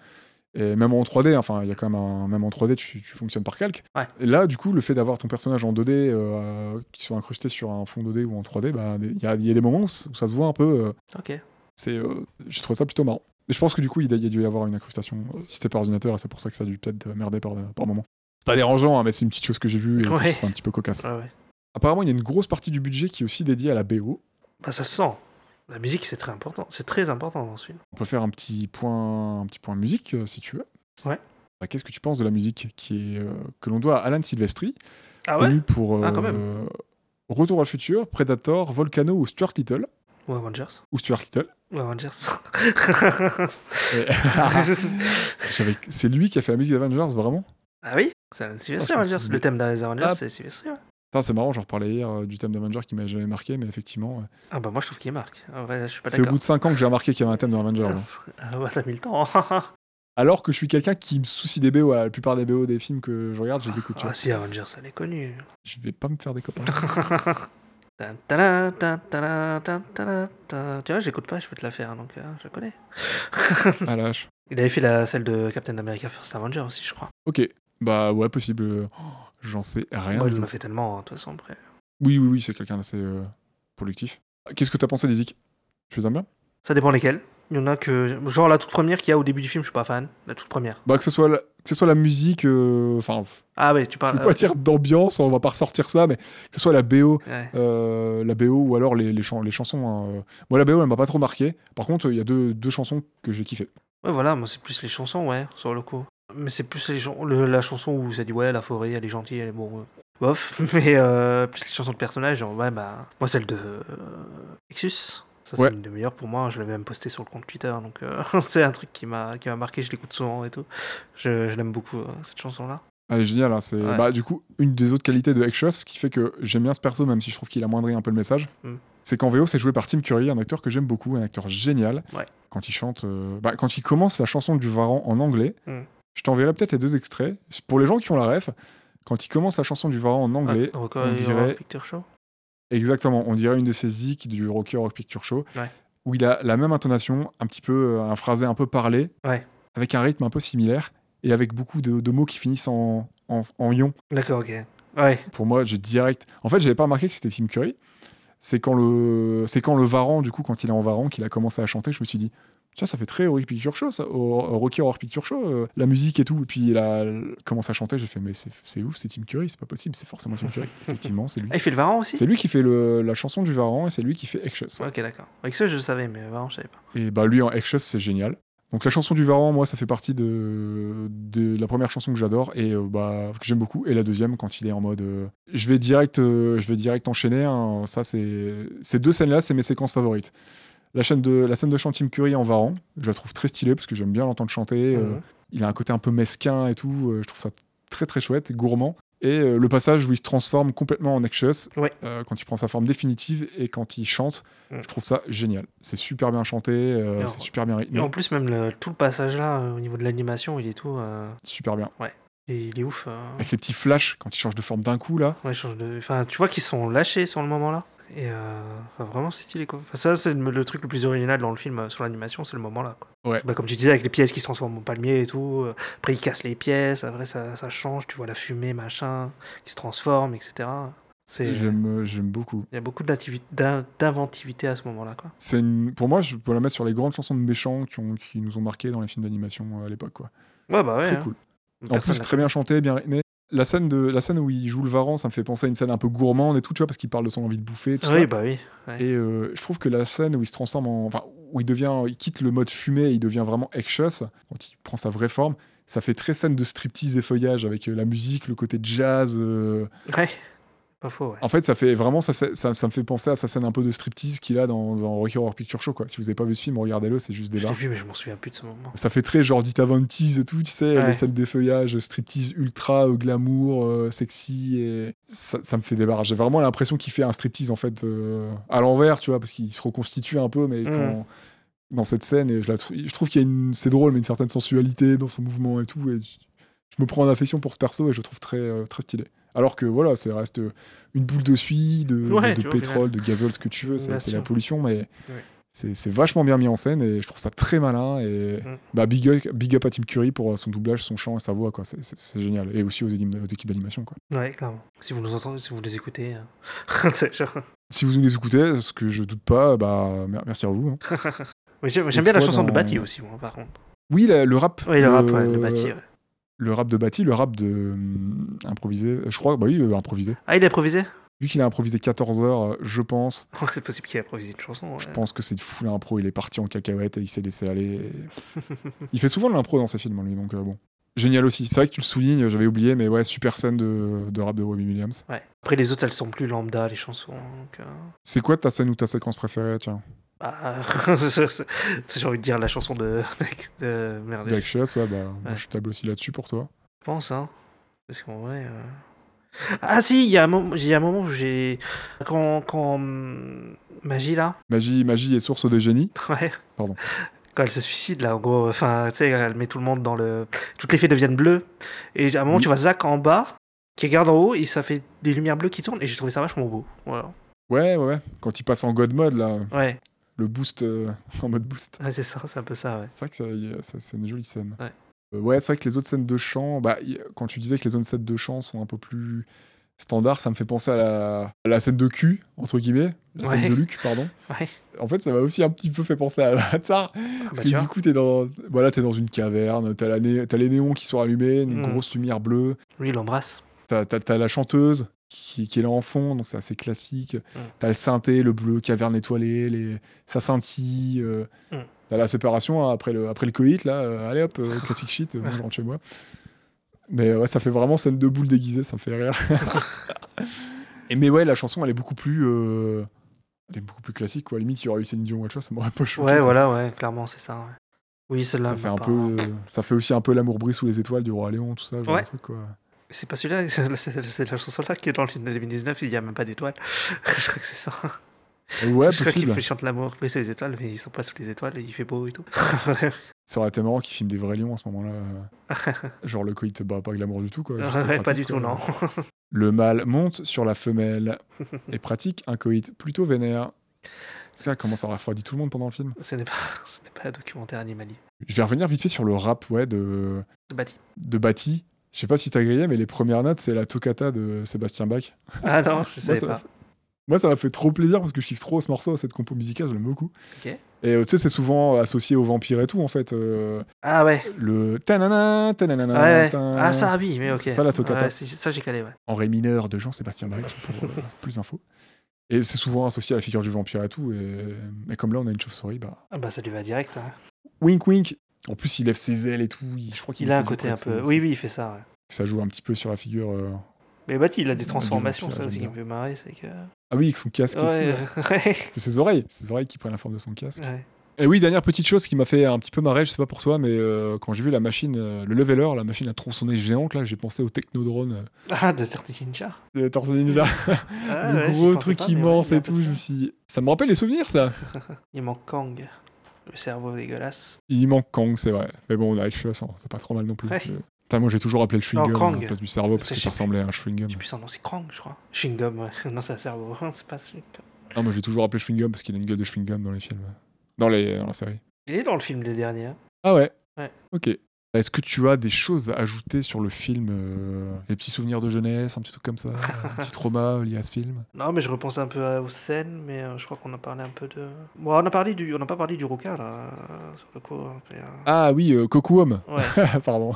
S5: et même en 3D, hein, enfin, il y a quand même un. Même en 3D, tu, tu fonctionnes par calque.
S6: Ouais.
S5: Et là, du coup, le fait d'avoir ton personnage en 2D euh, qui soit incrusté sur un fond 2D ou en 3D, bah, il y, a- il y a des moments où ça où ça se voit un peu. euh,
S6: Ok.
S5: c'est, euh, j'ai trouvé ça plutôt marrant. Et je pense que du coup, il a, il y a dû y avoir une incrustation. euh, Si c'était par ordinateur, et c'est pour ça que ça a dû peut-être euh, merder par, par moment. C'est pas dérangeant, hein, mais c'est une petite chose que j'ai vue et que je
S6: Ouais.
S5: trouve un petit peu cocasse.
S6: Ouais, ouais.
S5: Apparemment, il y a une grosse partie du budget qui est aussi dédiée à la BO.
S6: Bah, ça se sent. La musique, c'est très important. C'est très important dans ce film.
S5: On peut faire un petit point, un petit point musique, euh, si tu veux.
S6: Ouais.
S5: Bah, Qu'est-ce que tu penses de la musique qui est, euh, que l'on doit à Alan Silvestri,
S6: Ah ouais
S5: connu pour
S6: Ah, quand même.
S5: euh, Retour à le futur, Predator, Volcano ou Stuart Little
S6: Ou Avengers
S5: ou Stuart Little.
S6: Ou Avengers
S5: Et- J'avais- c'est lui qui a fait la musique d'Avengers, vraiment.
S6: Ah oui C'est Alan Silvestri,
S5: Ah, je me
S6: Avengers.
S5: souviens.
S6: Le thème des Avengers,
S5: Ah.
S6: c'est Silvestri, ouais.
S5: Putain, c'est marrant, j'en reparlais hier euh, du thème d'Avenger qui m'a jamais marqué, mais effectivement, ouais.
S6: Ah bah, moi, je trouve qu'il marque. En vrai, là, je suis pas
S5: c'est au
S6: d'accord.
S5: bout de 5 ans que j'ai remarqué qu'il y avait un thème d'Avenger. hein.
S6: Ah bah, t'as mis le temps.
S5: Alors que je suis quelqu'un qui me soucie des BO, la plupart des BO des films que je regarde, je les écoute. tu vois.
S6: ah si, Avengers, elle est connue.
S5: Je vais pas me faire des copains.
S6: Tan, tadam, tan, tadam, tan, tadam, tan. Tu vois, j'écoute pas, je peux te la faire, donc euh, je la connais.
S5: ah la vache.
S6: Il avait fait la celle de Captain America First Avenger aussi, je crois.
S5: Ok, bah ouais, possible. Oh, J'en sais rien.
S6: Moi,
S5: du
S6: il en a
S5: tout.
S6: fait tellement, hein, de toute façon, après.
S5: Oui, oui, oui, c'est quelqu'un d'assez euh, productif. Qu'est-ce que t'as pensé des Zik Tu les aimes bien
S6: Ça dépend lesquels. Il y en a que. Genre la toute première qu'il y a au début du film, je suis pas fan. La toute première.
S5: Bah, que ce soit la, que ce soit la musique, euh, enfin,
S6: Ah ouais, tu
S5: je
S6: parles.
S5: veux pas dire d'ambiance, on va pas ressortir ça, mais que ce soit la BO,
S6: Ouais.
S5: Euh, la BO ou alors les, les, chan- les chansons. hein, euh. Moi, la BO, elle m'a pas trop marqué. Par contre, il y a deux, deux chansons que j'ai kiffé.
S6: Ouais, voilà, moi c'est plus les chansons, ouais, sur le coup. Mais c'est plus les chan- le- la chanson où ça dit ouais, la forêt, elle est gentille, elle est bon. euh, bof. Mais euh, plus les chansons de personnages, genre ouais, bah. Moi celle de. euh, Nexus. Ça, c'est
S5: Ouais.
S6: une des meilleures pour moi. Je l'avais même postée sur le compte Twitter, donc euh, c'est un truc qui m'a qui m'a marqué. Je l'écoute souvent et tout. Je, je l'aime beaucoup, euh, cette chanson-là.
S5: Elle est géniale. hein, c'est
S6: Ouais.
S5: bah, du coup une des autres qualités de Exos ce qui fait que j'aime bien ce perso, même si je trouve qu'il amoindrit un peu le message.
S6: Mm.
S5: C'est qu'en VO, c'est joué par Tim Curry, un acteur que j'aime beaucoup, un acteur génial.
S6: Ouais.
S5: Quand il chante, euh, bah, quand il commence la chanson du Varan en anglais,
S6: Mm.
S5: je t'enverrai peut-être les deux extraits pour les gens qui ont la ref. Quand il commence la chanson du Varan en anglais,
S6: Ah, Rocky
S5: on
S6: Horror
S5: dirait
S6: Picture Show.
S5: Exactement, on dirait une de ces zik du Rocky Horror Picture Show,
S6: Ouais.
S5: où il a la même intonation, un petit peu, euh, un phrasé un peu parlé,
S6: Ouais.
S5: avec un rythme un peu similaire, et avec beaucoup de, de mots qui finissent en, en, en ion.
S6: D'accord, ok. Ouais. Ah,
S5: Pour moi, j'ai direct... En fait, j'avais pas remarqué que c'était Tim Curry. C'est quand le c'est quand le Varan, du coup, quand il est en Varan, qu'il a commencé à chanter, je me suis dit, tiens, ça fait très Rocky Picture Show, ça, au- au Rocky Horror Picture Show, euh, la musique et tout. Et puis il a commencé à chanter, j'ai fait, mais c'est c'est ouf, c'est Tim Curry, c'est pas possible, c'est forcément Tim Curry. Effectivement, c'est lui.
S6: Ah, il fait le Varan aussi
S5: C'est lui qui fait le- la chanson du Varan et c'est lui qui fait Exos.
S6: Ok, d'accord. Avec ça, je le savais, mais Varan, je savais pas.
S5: Et bah lui en Exos, c'est génial. Donc la chanson du Varan, moi, ça fait partie de, de la première chanson que j'adore et euh, bah, que j'aime beaucoup. Et la deuxième, quand il est en mode, euh, je vais direct, euh, je vais direct enchaîner. hein. ça, c'est ces deux scènes-là, c'est mes séquences favorites. La, chaîne de, la scène de chant Tim Curry en Varan, je la trouve très stylée parce que j'aime bien l'entendre chanter. euh,
S6: Mhm.
S5: il a un côté un peu mesquin et tout. euh, je trouve ça très très chouette, gourmand. Et euh, le passage où il se transforme complètement en Exus,
S6: Ouais.
S5: euh, quand il prend sa forme définitive et quand il chante,
S6: Mm.
S5: je trouve ça génial. C'est super bien chanté, euh,
S6: Et en-
S5: c'est super bien rythmé,
S6: Et en plus, même le- tout le passage là, euh, au niveau de l'animation, il est tout. euh,
S5: super bien.
S6: il, il est ouf. euh.
S5: Avec les petits flashs quand il change de forme d'un coup là.
S6: Ouais, il change de... enfin, tu vois qu'ils sont lâchés sur le moment là. Et euh, enfin, vraiment, c'est stylé quoi. Enfin, ça, c'est le, le truc le plus original dans le film euh, sur l'animation, c'est le moment là. Quoi.
S5: Ouais.
S6: Bah, comme tu disais, avec les pièces qui se transforment en palmier et tout. euh, Après, ils cassent les pièces, après, ça, ça change. Tu vois la fumée, machin, qui se transforme, etc. C'est- Il
S5: J'aime, euh, j'aime beaucoup.
S6: y a beaucoup d'intivi- d'in- d'inventivité à ce moment-là. quoi.
S5: C'est une- Pour moi, je peux la mettre sur les grandes chansons de méchants qui, ont, qui nous ont marqué dans les films d'animation euh, à l'époque. Quoi.
S6: Ouais, bah ouais.
S5: Très
S6: hein.
S5: cool. En
S6: Personne
S5: plus,
S6: n'a-
S5: très bien chanté, bien rythmé. La scène, de, la scène où il joue le varan, ça me fait penser à une scène un peu gourmande et tout, tu vois, parce qu'il parle de son envie de bouffer. Tout ça.
S6: Oui, bah oui. ouais.
S5: Et euh, je trouve que la scène où il se transforme en. Enfin, où il devient. Il quitte le mode fumé et il devient vraiment anxious, quand il prend sa vraie forme, ça fait très scène de striptease et feuillage avec euh, la musique, le côté jazz. euh.
S6: Ouais. Pas faux, ouais.
S5: En fait, ça fait vraiment. Ça, ça, ça- ça me fait penser à sa scène un peu de striptease qu'il a dans, dans Rocky Horror Picture Show, quoi. Si vous n'avez pas vu ce film, regardez-le, c'est juste des
S6: Je l'ai
S5: barres.
S6: vu, mais je m'en souviens plus de ce moment.
S5: Ça fait très genre Dita Von Teese et tout, tu sais,
S6: Ouais.
S5: les scènes des feuillages, striptease ultra euh, glamour, euh, sexy, et ça, ça me fait des barres. J'ai vraiment l'impression qu'il fait un striptease en fait euh, à l'envers, tu vois, parce qu'il se reconstitue un peu, mais
S6: Mm.
S5: quand- dans cette scène, et je, la trou- je trouve qu'il y a une, c'est drôle, mais une certaine sensualité dans son mouvement et tout, et je, je me prends en affection pour ce perso et je le trouve très, euh, très stylé. Alors que voilà, ça reste euh, une boule de suie, de, de- de
S6: Ouais, tu vois, au
S5: pétrole, de gazole, ce que tu veux, c'est
S6: Bien
S5: c'est la
S6: sûr.
S5: pollution, mais
S6: Ouais.
S5: c'est c'est vachement bien mis en scène et je trouve ça très malin et
S6: Mm.
S5: bah, big, up, big up à Tim Curry pour euh, son doublage, son chant et sa voix, quoi. C'est- c'est c'est génial. Et aussi aux, élim- aux équipes d'animation, quoi.
S6: Ouais, clairement. Si vous nous entendez, si vous les écoutez. euh, c'est genre-
S5: Si vous nous les écoutez, ce que je doute pas, bah mer- merci à vous. hein.
S6: Mais J'aime
S5: Et
S6: j'aime bien la
S5: toi,
S6: chanson de
S5: dans-
S6: Bati aussi, moi, par contre.
S5: Oui, la- le rap.
S6: Oui, le rap ouais, de Bati.
S5: Euh,
S6: ouais.
S5: Le rap de Bati, le rap de hum, improvisé. Je crois, bah oui, euh, improvisé.
S6: Ah, il a improvisé
S5: Vu qu'il a improvisé 14 heures, euh, je pense,
S6: Je crois que c'est possible qu'il ait improvisé une chanson. ouais.
S5: je pense que c'est de fou l'impro. Il est parti en cacahuète et il s'est laissé aller. et- il fait souvent de l'impro dans ses films, lui, donc euh, bon. Génial aussi. C'est vrai que tu le soulignes, j'avais oublié, mais ouais, super scène de, de rap de Robbie Williams.
S6: Ouais. Après, les autres, elles sont plus lambda, les chansons. donc, euh,
S5: C'est quoi ta scène ou ta séquence préférée, tiens
S6: bah, c'est- c'est- J'ai envie de dire la chanson de. de- de- Merde,
S5: Black Chess, ouais, bah, moi,
S6: Ouais.
S5: je table aussi là-dessus pour toi.
S6: je pense, hein. Parce qu'en vrai. euh, Ah, si, il y a un moment, il y a un moment où j'ai. Quand, quand. hum, Magie, là.
S5: Magie, magie et source de génie.
S6: Ouais.
S5: Pardon.
S6: Quand elle se suicide, là, en gros, enfin, tu sais, elle met tout le monde dans le. Toutes les filles deviennent bleues. Et à un moment,
S5: Oui.
S6: tu vois Zach en bas, qui regarde en haut, et ça fait des lumières bleues qui tournent, et j'ai trouvé ça vachement beau. Voilà.
S5: Ouais, ouais, ouais. Quand il passe en God mode, là,
S6: Ouais,
S5: le boost, euh, en mode boost.
S6: ouais, c'est ça, c'est un peu ça, ouais.
S5: C'est vrai que ça, y a- ça- c'est une jolie scène.
S6: Ouais.
S5: Euh, ouais, c'est vrai que les autres scènes de chant, bah, y- quand tu disais que les zones 7 de chant sont un peu plus standards, ça me fait penser à la, à la scène de cul, entre guillemets. La
S6: Ouais.
S5: scène de Luc, pardon.
S6: Ouais.
S5: En fait, ça m'a aussi un petit peu fait penser à Avatar.
S6: Ah, bah,
S5: Parce
S6: tu
S5: que
S6: vois.
S5: du coup, t'es dans, voilà, t'es dans une caverne, t'as la né- t'as les néons qui sont allumés, une
S6: Mm.
S5: grosse lumière bleue.
S6: Lui, il l'embrasse.
S5: T'as, t'as- t'as la chanteuse qui, qui est là en fond, donc c'est assez classique.
S6: Mm.
S5: T'as le synthé, le bleu, caverne étoilée, les... ça scintille. euh,
S6: Mm.
S5: T'as la séparation hein, après, le, après le coït, là, euh, allez hop, euh, classique shit, euh, moi, je rentre chez moi. Mais euh, ouais, ça fait vraiment scène de boule déguisée, ça me fait rire. Et mais ouais, la chanson, elle est beaucoup plus. euh, Elle est beaucoup plus classique, quoi. Limite, il y aurait eu Céline Dion ou autre chose, ça m'aurait pas choqué.
S6: Ouais,
S5: quoi.
S6: voilà, bah, ouais, clairement, c'est ça, ouais. Oui, celle-là.
S5: Ça
S6: me
S5: fait, un
S6: parle.
S5: peu, euh, ça fait aussi un peu l'amour brise sous les étoiles du Roi Léon, tout ça, genre
S6: Ouais.
S5: de truc, quoi.
S6: C'est pas celui-là, c'est c'est- c'est la chanson-là qui est dans le film de 2019, il n'y a même pas d'étoiles. je crois que c'est ça.
S5: Euh, Ouais,
S6: je crois qu'il
S5: possible.
S6: fait- chante l'amour, mais c'est les étoiles, mais ils sont pas sous les étoiles, et il fait beau et tout.
S5: Ça aurait été marrant qu'ils filment des vrais lions à ce moment-là. Genre le coït, bah, pas glamour du tout, quoi. juste
S6: Ouais, pas
S5: pratique,
S6: du tout,
S5: quoi.
S6: non.
S5: Le mâle monte sur la femelle et pratique un coït plutôt vénère. Ça comment ça refroidit tout le monde pendant le film.
S6: Ce n'est pas, ce n'est pas un documentaire animalier.
S5: Je vais revenir vite fait sur le rap ouais, de,
S6: C'est bâti.
S5: de Batty. Je sais pas si t'as grillé, mais les premières notes, c'est la toccata de Sébastien Bach.
S6: Ah non,
S5: Moi,
S6: je savais
S5: ça m'a
S6: pas.
S5: fait- Moi, ça m'a fait trop plaisir parce que je kiffe trop ce morceau, cette compo musicale, je l'aime beaucoup.
S6: Ok.
S5: Et euh, tu sais, c'est souvent associé aux vampires et tout, en fait. euh,
S6: Ah ouais,
S5: le tanana, tanana,
S6: ouais, ouais.
S5: tan-
S6: Ah ça, oui, mais ok.
S5: C'est ça, la toccata.
S6: Ouais, c'est- ça, j'ai calé, ouais.
S5: en ré mineur de Jean-Sébastien Bach pour euh, plus d'infos. Et c'est souvent associé à la figure du vampire et tout. Et, et comme là, on a une chauve-souris, bah.
S6: Ah bah, ça lui va direct. hein.
S5: Wink wink En plus, il lève ses ailes et tout. il- je crois qu'il
S6: Il a
S5: essaie
S6: un
S5: de
S6: côté un
S5: reconnaître
S6: peu.
S5: ses-
S6: Oui, oui, il fait ça, ouais.
S5: Ça joue un petit peu sur la figure. euh,
S6: Mais Bati, il a des
S5: Du
S6: transformations,
S5: vampire,
S6: ça aussi qui
S5: j'aime
S6: me fait marrer, c'est que.
S5: Ah oui, avec son casque et tout.
S6: Ouais,
S5: là.
S6: ouais.
S5: C'est ses oreilles. Ses oreilles qui prennent la forme de son casque.
S6: ouais.
S5: Et oui, dernière petite chose qui m'a fait un petit peu marrer, je sais pas pour toi, mais euh, quand j'ai vu la machine, euh, le leveler, la machine à tronçonner géante, là, j'ai pensé au technodrone
S6: Ah, de Terti Kincha.
S5: euh, de Tortue Ninja.
S6: Ah,
S5: le
S6: ouais, j'y
S5: gros
S6: pensais
S5: truc
S6: pas, mais ouais,
S5: immense
S6: il a
S5: et
S6: fait
S5: tout.
S6: ça.
S5: Je me suis dit, Ça me rappelle les souvenirs, ça.
S6: Il manque Kang, le cerveau dégueulasse.
S5: Il manque Kang, c'est vrai. Mais bon, on a Chus, hein, c'est pas trop mal non plus.
S6: Ouais.
S5: Euh, Putain, moi j'ai toujours appelé le
S6: Non,
S5: chewing-gum
S6: Krang.
S5: à la place du cerveau parce
S6: Ça,
S5: que
S6: je
S5: ça
S6: sais plus.
S5: ressemblait à un chewing-gum.
S6: J'ai plus son nom, c'est Krang, je crois. Chewing-gum, ouais. Non, c'est un cerveau. c'est pas chewing-gum.
S5: Non, moi j'ai toujours appelé chewing-gum parce qu'il a une gueule de chewing-gum dans les films. Dans, les, dans la série.
S6: Il est dans le film, le dernier. hein.
S5: Ah ouais
S6: Ouais.
S5: Ok. Est-ce que tu as des choses à ajouter sur le film euh, Des petits souvenirs de jeunesse, un petit truc comme ça Un petit trauma lié à ce film
S6: Non, mais je repense un peu à- aux scènes, mais euh, je crois qu'on a parlé un peu de. Bon, on a parlé du, on n'a pas parlé du rouquin là, euh, sur le coup. hein, mais, euh,
S5: Ah oui, euh, Coco Homme
S6: Ouais,
S5: Pardon.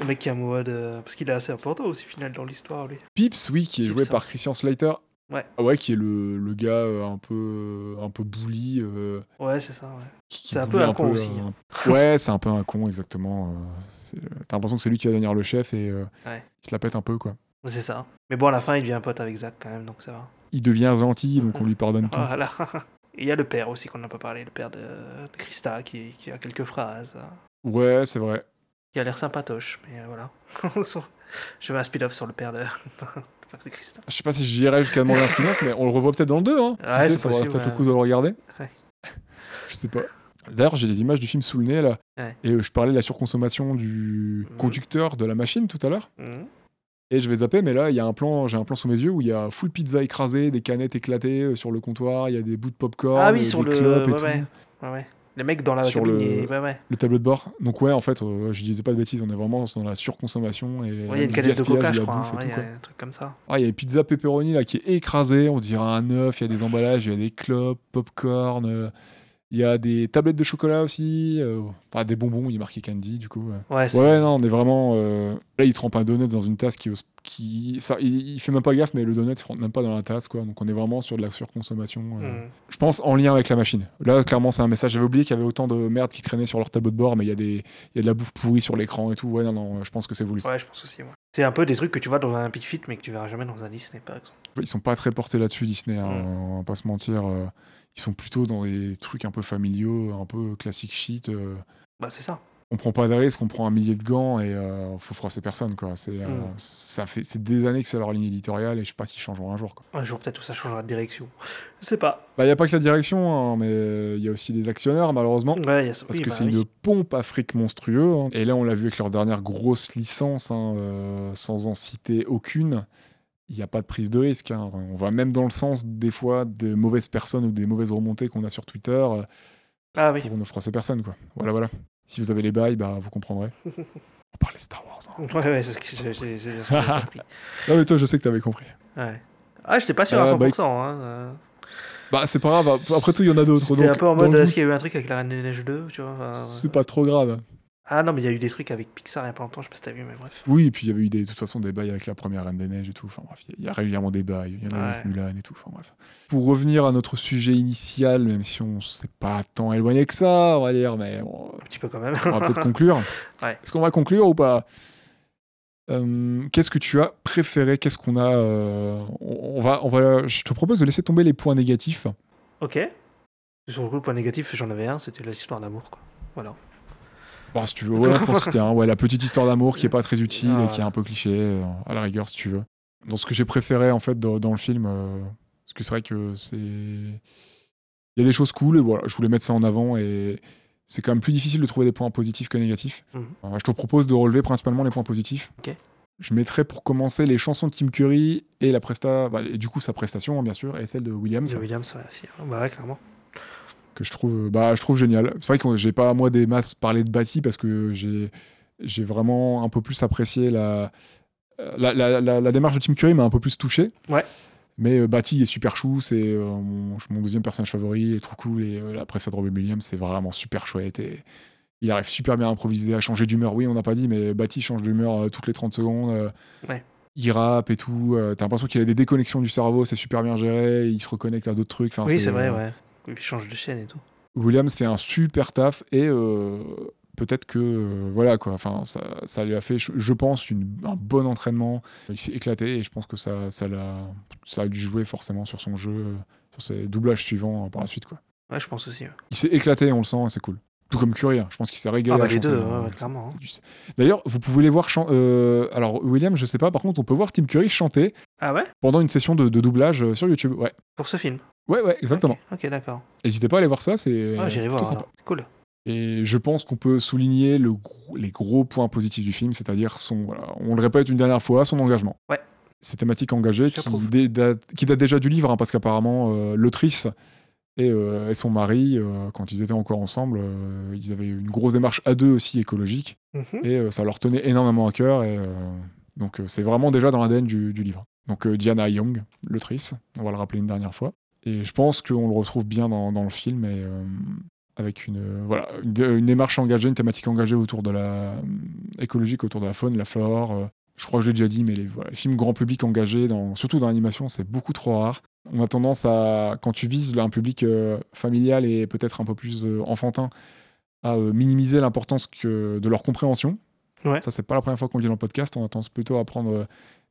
S6: le mec qui est en mode, euh, parce qu'il est assez important aussi final dans l'histoire lui.
S5: Pips, oui, qui est joué
S6: Pips, hein.
S5: par Christian Slater.
S6: Ouais.
S5: Ah ouais, qui est le, le gars euh, un peu, un peu bully. euh,
S6: Ouais, c'est ça. Ouais.
S5: qui- qui
S6: C'est un
S5: bully
S6: peu un con aussi, hein.
S5: euh, ouais, c'est un peu un con, exactement. euh, c'est- T'as l'impression que c'est lui qui va devenir le chef et euh,
S6: Ouais.
S5: il se la pète un peu, quoi.
S6: C'est ça. Mais bon, à la fin, il devient un pote avec Zach quand même, donc ça va.
S5: Il devient gentil, donc on lui pardonne tout.
S6: Voilà. Et il y a le père aussi qu'on n'a pas parlé, le père de de Christa qui, qui a quelques phrases. hein,
S5: Ouais, c'est vrai.
S6: Qui a l'air sympatoche, mais euh, voilà. Je vais un speed-off sur le père de, le père de Christa.
S5: Je sais pas si j'irai jusqu'à demander un spin-off, mais on le revoit peut-être dans le 2, hein. Qui
S6: Ouais,
S5: sait,
S6: c'est
S5: ça vaudrait
S6: possible,
S5: peut-être le
S6: ouais.
S5: coup de le regarder.
S6: Ouais.
S5: je sais pas. D'ailleurs, j'ai les images du film sous le nez, là.
S6: Ouais.
S5: Et euh, je parlais de la surconsommation du
S6: Mhm.
S5: conducteur de la machine tout à l'heure.
S6: Mhm.
S5: Et je vais zapper, mais là, il y a un plan, j'ai un plan sous mes yeux où il y a full pizza écrasée, des canettes éclatées euh, sur le comptoir, il y a des bouts de popcorn,
S6: Ah oui,
S5: euh,
S6: sur
S5: des
S6: le.
S5: clopes et
S6: ouais,
S5: tout.
S6: ouais. Ouais, ouais. Les mecs dans la
S5: Sur
S6: cabine,
S5: le-
S6: ils- ouais, ouais.
S5: Le tableau de bord. Donc ouais, en fait, euh, je disais pas de bêtises, on est vraiment dans la surconsommation et
S6: Ouais, il y a une
S5: du
S6: canette de
S5: gaspillage
S6: coca,
S5: de
S6: je
S5: la
S6: crois.
S5: bouffe et
S6: hein, ouais,
S5: tout,
S6: il y
S5: quoi.
S6: a un truc comme ça.
S5: Ah, il y a une pizza pepperoni là qui est écrasée, on dirait un œuf, il y a des emballages, il y a des clopes, popcorn, euh, il y a des tablettes de chocolat aussi, euh, enfin des bonbons, il est marqué candy du coup. ouais.
S6: Ouais, c'est-
S5: Ouais, ouais, non, on est vraiment. euh, Là, il trempe un donut dans une tasse qui. ose- qui... Ça, il, il fait même pas gaffe, mais le donut il rentre même pas dans la tasse, quoi. Donc on est vraiment sur de la surconsommation. euh.
S6: Mhm.
S5: Je pense en lien avec la machine. Là, clairement, c'est un message. J'avais oublié qu'il y avait autant de merde qui traînait sur leur tableau de bord, mais il y, a des... il y a de la bouffe pourrie sur l'écran et tout. Ouais, non, non, je pense que c'est voulu.
S6: Ouais, je pense aussi. ouais. C'est un peu des trucs que tu vois dans un Pitfit, mais que tu verras jamais dans un Disney, par exemple.
S5: Ils sont pas très portés là-dessus, Disney, hein,
S6: Mm.
S5: on va pas se mentir. euh, Ils sont plutôt dans des trucs un peu familiaux, un peu classique shit. euh,
S6: Bah, c'est ça.
S5: on prend pas de risque, on prend un millier de gants et euh, faut froisser personne quoi. C'est euh,
S6: Mm.
S5: ça fait c'est des années que c'est leur ligne éditoriale et je sais pas s'ils changeront un jour quoi.
S6: Un jour, peut-être, où ça changera de direction. Je sais pas.
S5: Bah y a pas que la direction hein, mais euh, y a aussi les actionnaires malheureusement.
S6: Ouais, il y a ça.
S5: Parce
S6: oui,
S5: que
S6: bah
S5: c'est
S6: oui.
S5: une pompe à fric monstrueux. hein. Et là, on l'a vu avec leur dernière grosse licence, hein, euh, sans en citer aucune. Il n'y a pas de prise de risque. hein. On va même dans le sens, des fois, de mauvaises personnes ou des mauvaises remontées qu'on a sur Twitter euh,
S6: Ah oui.
S5: pour ne froisser personne. Quoi. Voilà, voilà. Si vous avez les bails, bah, vous comprendrez. on parlait Star Wars. hein.
S6: Ouais, ouais, c'est ce que j'ai- j'ai j'ai- j'ai compris.
S5: Non, mais toi, je sais que tu avais compris.
S6: Ouais. Ah, j'étais pas sûr à
S5: Euh,
S6: 100%.
S5: bah,
S6: hein, euh.
S5: Bah, c'est pas grave. ap- Après tout, il y en a d'autres.
S6: J'étais
S5: Donc,
S6: un peu en
S5: dans
S6: mode, euh,
S5: le
S6: est-ce qu'il y
S5: doute,
S6: a eu un truc avec la Reine des Neiges 2 tu vois, enfin, ouais.
S5: c'est pas trop grave.
S6: Ah non, mais il y a eu des trucs avec Pixar il y a pas longtemps, je sais pas si t'as vu, mais bref.
S5: Oui, et puis il y avait eu des, de toute façon des bails avec la première Reine des Neiges et tout. Enfin bref, il y a régulièrement des bails. Il y en a
S6: Ouais.
S5: avec Mulan et tout. Enfin bref. Pour revenir à notre sujet initial, même si on s'est pas tant éloigné que ça, on va dire, mais bon,
S6: Un petit peu quand même.
S5: on va Ah, peut-être conclure.
S6: Ouais.
S5: Est-ce qu'on va conclure ou pas Euh, Qu'est-ce que tu as préféré Qu'est-ce qu'on a euh, on, on va, on va, Je te propose de laisser tomber les points négatifs.
S6: ok. Sur le coup, le point négatif, j'en avais un, c'était l'histoire d'amour, quoi. Voilà.
S5: Bon, Bah, si tu veux, ouais, pour citer un, ouais, la petite histoire d'amour qui est pas très utile
S6: Ah,
S5: et qui est un peu cliché, euh, à la rigueur, si tu veux. Dans ce que j'ai préféré, en fait, dans, dans le film, euh, parce que c'est vrai que c'est. Il y a des choses cool, et voilà, je voulais mettre ça en avant, et c'est quand même plus difficile de trouver des points positifs que négatifs.
S6: Mhm.
S5: Euh, je te propose de relever principalement les points positifs.
S6: Ok.
S5: Je mettrai pour commencer les chansons de Tim Curry et la presta, bah, et du coup sa prestation, hein, bien sûr, et celle de Williams
S6: De Williams, ouais, si. Ah, Bah ouais, clairement.
S5: que je trouve bah je trouve génial c'est vrai que j'ai pas moi des masses parlé de Batty parce que j'ai j'ai vraiment un peu plus apprécié la la, la- la- la démarche de Tim Curry m'a un peu plus touché
S6: Ouais.
S5: mais euh, Batty est super chou c'est euh, mon, mon deuxième personnage favori il est trop cool et euh, la presta de Robin Williams c'est vraiment super chouette et il arrive super bien à improviser à changer d'humeur oui on n'a pas dit mais Batty change d'humeur euh, toutes les 30 secondes euh,
S6: Ouais.
S5: il rappe et tout euh, t'as l'impression qu'il a des déconnexions du cerveau c'est super bien géré il se reconnecte à d'autres trucs enfin,
S6: oui, c'est vrai,
S5: euh,
S6: ouais. Il change de chaîne et tout.
S5: Williams fait un super taf et euh, peut-être que euh, voilà quoi. Enfin, ça, ça lui a fait, je, je pense, une- un bon entraînement. Il s'est éclaté et je pense que ça, ça l'a, ça a dû jouer forcément sur son jeu, euh, sur ses doublages suivants euh, par la suite quoi.
S6: Ouais, je pense aussi. ouais.
S5: Il s'est éclaté, on le sent, et c'est cool. Tout comme Curie, hein. je pense qu'il s'est régalé.
S6: Ah bah
S5: à
S6: les
S5: chanter,
S6: deux,
S5: hein.
S6: ouais, ouais, clairement. hein.
S5: C'est du- D'ailleurs, vous pouvez les voir chanter. alors, Williams, je sais pas, par contre, on peut voir Tim Curry chanter
S6: Ah ouais
S5: pendant une session de, de doublage euh, sur YouTube. Ouais,
S6: Pour ce film.
S5: ouais, ouais, exactement.
S6: Ok, ok, d'accord.
S5: N'hésitez pas à aller voir ça, c'est
S6: Ouais, J'irai
S5: plutôt
S6: voir.
S5: sympa.
S6: alors. C'est Cool.
S5: Et je pense qu'on peut souligner le gros- les gros points positifs du film, c'est-à-dire son, voilà, on le répète une dernière fois, son engagement.
S6: Ouais.
S5: Ces thématiques engagées qui,
S6: J'approuve.
S5: dé- date- qui datent déjà du livre, hein, parce qu'apparemment euh, l'autrice Et, euh, et son mari, euh, quand ils étaient encore ensemble, euh, ils avaient une grosse démarche à deux aussi écologique.
S6: Mhm.
S5: Et euh, ça leur tenait énormément à cœur. Et, euh, donc euh, c'est vraiment déjà dans l'ADN du, du livre. Donc euh, Diana Young, l'autrice, on va le rappeler une dernière fois. Et je pense qu'on le retrouve bien dans, dans le film et euh, avec une, euh, voilà, une, dé- une démarche engagée, une thématique engagée autour de la euh, écologique, autour de la faune, la flore. euh, je crois que j'ai déjà dit, mais les, voilà, les films grand public engagés, dans, surtout dans l'animation, c'est beaucoup trop rare. On a tendance à, quand tu vises un public euh, familial et peut-être un peu plus euh, enfantin, à euh, minimiser l'importance que- de leur compréhension.
S6: Ouais.
S5: Ça, c'est pas la première fois qu'on le dit dans le podcast. On a tendance plutôt à prendre euh,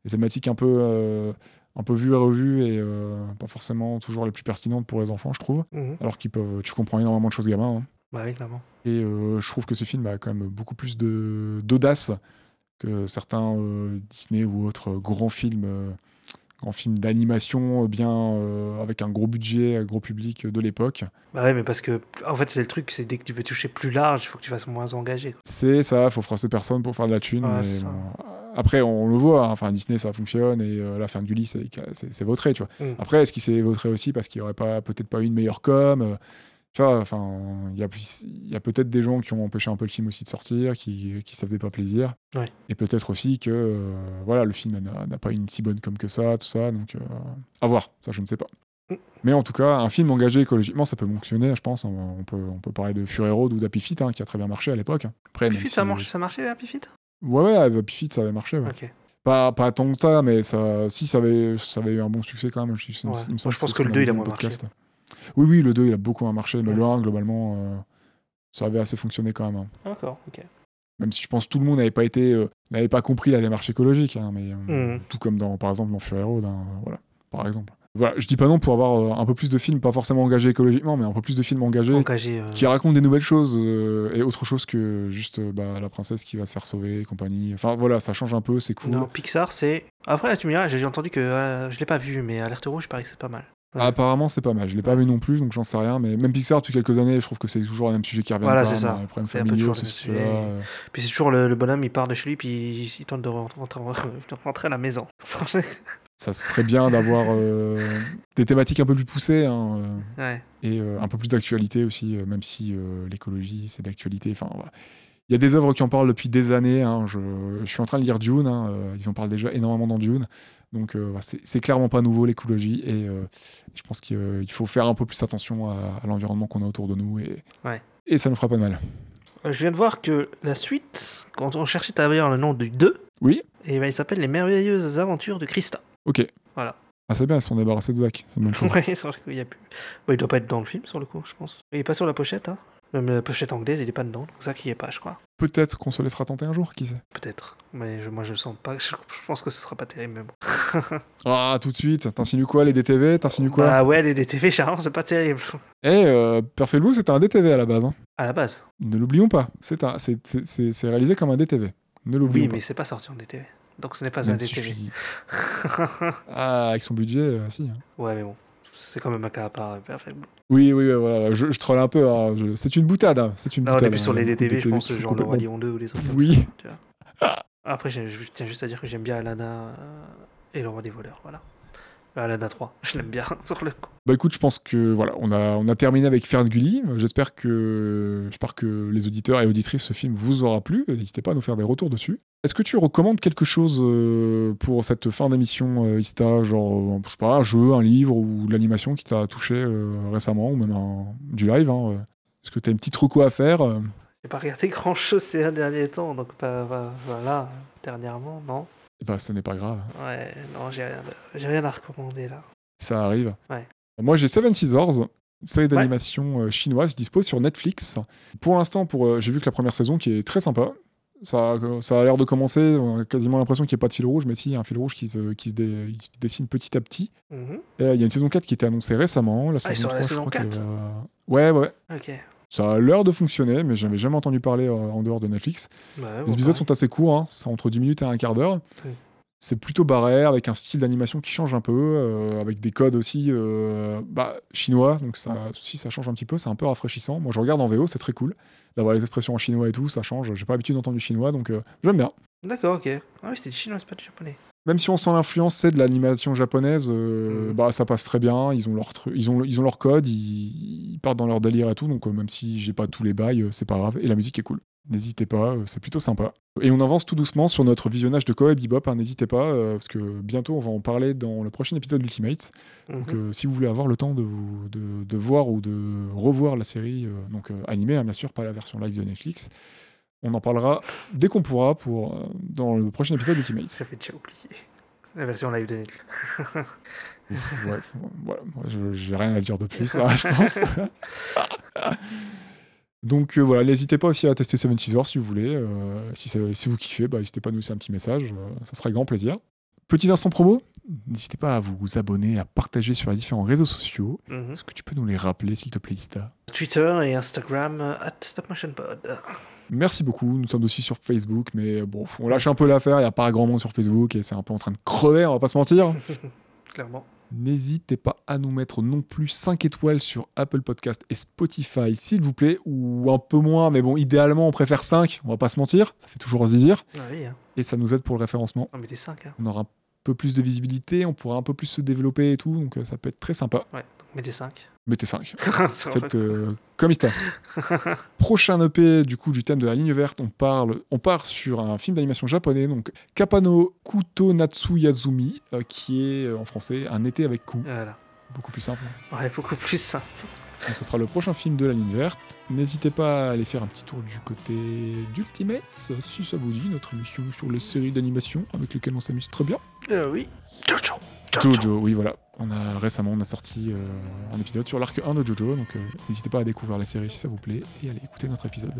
S5: des thématiques un peu, euh, un peu vues et revues et euh, pas forcément toujours les plus pertinentes pour les enfants, je trouve.
S6: Mhm.
S5: Alors qu'ils peuvent, tu comprends énormément de choses, gamin. hein.
S6: Bah oui, clairement.
S5: Et euh, je trouve que ce film a quand même beaucoup plus de- d'audace que certains euh, Disney ou autres euh, grands films, euh, grands films d'animation, euh, bien euh, avec un gros budget, un gros public euh, de l'époque.
S6: Bah ouais, mais parce que, en fait, c'est le truc, c'est dès que tu veux toucher plus large, il faut que tu fasses moins engagé. quoi.
S5: C'est ça, faut froisser personne pour faire de la thune.
S6: Ouais,
S5: mais
S6: c'est ça.
S5: bon, Après, on le voit, hein, enfin Disney ça fonctionne et euh, l'affaire Gulli c'est c'est- c'est vautré, tu vois.
S6: Mm.
S5: Après, est-ce qu'il s'est vautré aussi parce qu'il n'y aurait pas peut-être pas eu une meilleure com euh, Tu vois, enfin, il y a, il y a peut-être des gens qui ont empêché un peu le film aussi de sortir, qui qui savent pas plaisir.
S6: Ouais.
S5: Et peut-être aussi que euh, voilà, le film n'a n'a pas une si bonne com que ça, tout ça, donc euh, à voir, ça je ne sais pas.
S6: Mm.
S5: Mais en tout cas, un film engagé écologiquement, ça peut fonctionner, je pense. hein. On peut, on peut parler de Fury Road ou d'Happy Feet, hein, qui a très bien marché à l'époque. Après, même
S6: Pifit, ça,
S5: si-
S6: marche, ça marchait, hein, Pifit
S5: Ouais, ouais, Happy Feet, ça avait marché. ouais.
S6: Ok.
S5: Pas, pas tant que ça, mais ça, si, ça avait, ça avait eu un bon succès quand même. Je, il me-
S6: Ouais.
S5: il me
S6: Moi,
S5: semble
S6: je pense
S5: c'est ce
S6: que le
S5: qu'on
S6: deux,
S5: avait
S6: il a
S5: dit dans le
S6: moins marché.
S5: podcast. Oui, oui, le 2, il a beaucoup moins marché, mais
S6: Ouais.
S5: le 1, globalement, euh, ça avait assez fonctionné quand même. hein.
S6: Ah, D'accord, ok.
S5: Même si je pense que tout le monde n'avait pas été, euh, n'avait pas compris la démarche écologique, hein, mais euh,
S6: Mhm.
S5: tout comme dans, par exemple, dans Fury Road, hein, euh, voilà, par exemple. Voilà, je dis pas non pour avoir euh, un peu plus de films, pas forcément engagés écologiquement, mais un peu plus de films engagés
S6: Engagé. euh,
S5: qui raconte des nouvelles choses euh, et autre chose que juste euh, bah, la princesse qui va se faire sauver et compagnie. Enfin voilà, ça change un peu, c'est cool.
S6: Non, Pixar, c'est. Après, tu me diras, j'ai entendu que. euh, je l'ai pas vu, mais Alerte Rouge, pareil que c'est pas mal. Ouais.
S5: Ah, Apparemment, c'est pas mal. Je l'ai pas
S6: Ouais.
S5: vu non plus, donc j'en sais rien. Mais même Pixar, depuis quelques années, je trouve que c'est toujours le même sujet qui revient.
S6: Voilà,
S5: quand
S6: c'est
S5: même,
S6: ça.
S5: hein, Les problèmes
S6: C'est un peu
S5: familiaux,
S6: toujours le
S5: ceci,
S6: même
S5: cela.
S6: sujet.
S5: euh.
S6: Puis c'est toujours le, le bonhomme, il part de chez lui, puis il, il tente de rentrer, de rentrer à la maison.
S5: Ça serait bien d'avoir euh, des thématiques un peu plus poussées hein, euh,
S6: ouais.
S5: et euh, un peu plus d'actualité aussi, euh, même si euh, l'écologie, c'est d'actualité. Enfin, voilà. Il y a des œuvres qui en parlent depuis des années. hein. Je, je suis en train de lire Dune. hein. Euh, Ils en parlent déjà énormément dans Dune. Donc, euh, voilà, c'est c'est clairement pas nouveau l'écologie. Et euh, je pense qu'il euh, il faut faire un peu plus attention à, à l'environnement qu'on a autour de nous. Et,
S6: Ouais.
S5: et ça ne fera pas de mal.
S6: Euh, Je viens de voir que la suite, quand on cherchait d'ailleurs le nom du 2,
S5: Oui.
S6: et ben, il s'appelle Les merveilleuses aventures de Christa.
S5: Ok.
S6: Voilà.
S5: Ah, c'est bien, ils se sont débarrassés de Zach. C'est une bonne chose.
S6: Ouais, sur le coup, il y a plus. Bon, il doit pas être dans le film, sur le coup, je pense. Il est pas sur la pochette, hein. Même la pochette anglaise, il est pas dedans, donc ça qui est pas, je crois.
S5: Peut-être qu'on se laissera tenter un jour, qui sait.
S6: Peut-être. Mais je- moi, je le sens pas. Je, je pense que ce sera pas terrible, mais bon.
S5: Ah, tout de suite. T'insinues quoi, les DTV T'insinues quoi
S6: Bah ouais, les DTV, charmant, c'est pas terrible.
S5: Eh, euh, Perfect Blue, c'était un DTV à la base. hein.
S6: À la base.
S5: Ne l'oublions pas, c'est un- c'est- c'est- c'est- c'est réalisé comme un DTV. Ne l'oublions
S6: Oui, bah.
S5: pas.
S6: mais c'est pas sorti en DTV. Donc ce n'est pas un
S5: Même si je
S6: DTV.
S5: suis- Ah, avec son budget, euh, si.
S6: ouais, mais bon. C'est quand même un cas à part. euh, Perfect Blue.
S5: Oui, oui, oui, voilà, je, je troll un peu. hein, je- C'est une boutade, hein, c'est une
S6: Là, Ah, on
S5: boutade.
S6: est plus sur
S5: hein,
S6: les
S5: beaucoup de
S6: DTV, je pense,
S5: c'est
S6: genre le Roi
S5: complètement-
S6: Lion 2 ou les autres. comme
S5: Oui.
S6: ça, tu vois. Après, j'ai- je tiens juste à dire que j'aime bien Alana euh, et le Roi des voleurs, voilà. Euh, Alana 3, je l'aime bien sur le coup.
S5: Bah écoute, je pense que voilà, on a, on a terminé avec Ferngully. J'espère que, j'espère que les auditeurs et auditrices, ce film vous aura plu. N'hésitez pas à nous faire des retours dessus. Est-ce que tu recommandes quelque chose euh, pour cette fin d'émission euh, Ista, genre euh, je sais pas, un jeu, un livre ou de l'animation qui t'a touché euh, récemment ou même un- du live hein, euh. Est-ce que t'as une petite reco à faire euh
S6: J'ai pas regardé grand chose ces derniers temps, donc bah, bah, voilà, dernièrement, non.
S5: Eh ben, ce n'est pas grave,
S6: Ouais, non, j'ai rien, de- j'ai rien à recommander là.
S5: ça arrive.
S6: Ouais.
S5: Moi j'ai Seven Scissors, série
S6: Ouais.
S5: d'animation euh, chinoise dispose sur Netflix. Pour l'instant, pour euh, j'ai vu que la première saison qui est très sympa. Ça, euh, ça a l'air de commencer, on a quasiment l'impression qu'il n'y a pas de fil rouge, mais si, il y a un fil rouge qui se, qui se dé- qui se dessine petit à petit.
S6: Mhm.
S5: Et, euh, Il y a une saison 4 qui était annoncée récemment. La
S6: Ah, ils
S5: saison
S6: sont
S5: 3,
S6: à la
S5: je
S6: saison
S5: crois qu'elle
S6: 4.
S5: va- Ouais, ouais.
S6: Ok.
S5: Ça a l'air de fonctionner, mais j'avais jamais entendu parler euh, en dehors de Netflix.
S6: Bah, ouais,
S5: Les
S6: bon,
S5: épisodes
S6: pareil.
S5: sont assez courts, hein, c'est entre 10 minutes et un quart d'heure.
S6: Oui.
S5: C'est plutôt barré, avec un style d'animation qui change un peu, euh, avec des codes aussi euh, bah, chinois, donc ça, si ça change un petit peu, c'est un peu rafraîchissant. Moi je regarde en VO, c'est très cool d'avoir les expressions en chinois et tout, ça change. J'ai pas l'habitude d'entendre du chinois, donc euh, j'aime bien.
S6: D'accord, ok. Ah oui, c'est du chinois, c'est pas du japonais.
S5: Même si on sent l'influence, c'est de l'animation japonaise, euh, bah, ça passe très bien. Ils ont leur, tru- ils ont, ils ont leur code, ils, ils partent dans leur délire et tout. Donc, euh, même si j'ai pas tous les bails, euh, c'est pas grave. Et la musique est cool. N'hésitez pas, euh, c'est plutôt sympa. Et on avance tout doucement sur notre visionnage de Cowboy Bebop. hein, N'hésitez pas, euh, parce que bientôt on va en parler dans le prochain épisode d'Ultimate. Donc, euh, si vous voulez avoir le temps de, vous, de, de voir ou de revoir la série euh, donc euh, animée, hein, bien sûr, pas la version live de Netflix, on en parlera dès qu'on pourra pour, euh, dans le prochain épisode d'Ultimate.
S6: Ça fait déjà oublié. La version live de Netflix.
S5: Ouais, voilà, moi, je- j'ai rien à dire de plus, hein, je pense. donc euh, voilà, n'hésitez pas aussi à tester 76 Hours si vous voulez. euh, si, ça- si vous kiffez, bah, n'hésitez pas à nous laisser un petit message, euh, ça serait grand plaisir. Petit instant promo, n'hésitez pas à vous abonner, à partager sur les différents réseaux sociaux.
S6: Mhm.
S5: Est-ce que tu peux nous les rappeler, s'il te plaît, Ista
S6: Twitter et Instagram, euh, at StopMotionPod.
S5: Merci beaucoup. Nous sommes aussi sur Facebook, mais bon, on lâche un peu l'affaire. Il n'y a pas grand monde sur Facebook et c'est un peu en train de crever, on va pas se mentir.
S6: Clairement.
S5: N'hésitez pas à nous mettre non plus 5 étoiles sur Apple Podcast et Spotify, s'il vous plaît, ou un peu moins, mais bon, idéalement, on préfère 5, on va pas se mentir. Ça fait toujours dire
S6: Ah oui, hein.
S5: et ça nous aide pour le référencement
S6: on met des 5. Hein.
S5: on aura un peu plus de visibilité, on pourra un peu plus se développer et tout, donc euh, ça peut être très sympa.
S6: Ouais, donc mettez 5.
S5: Mettez 5. Faites euh, comme Ista. Prochain EP du coup du thème de la ligne verte, on parle, on part sur un film d'animation japonais donc Kapano Kuto Natsu Yazumi euh, qui est euh, en français Un été avec Ku,
S6: Voilà.
S5: beaucoup plus simple.
S6: Ouais, beaucoup plus simple.
S5: Donc ce sera le prochain film de la ligne verte. N'hésitez pas à aller faire un petit tour du côté d'Ultimate si ça vous dit notre émission sur les séries d'animation avec lesquelles on s'amuse très bien.
S6: Euh, oui. Ciao, ciao. Ciao, ciao.
S5: Jojo, oui voilà. On a récemment on a sorti euh, un épisode sur l'arc 1 de Jojo, donc euh, n'hésitez pas à découvrir la série si ça vous plaît et à aller écouter notre épisode.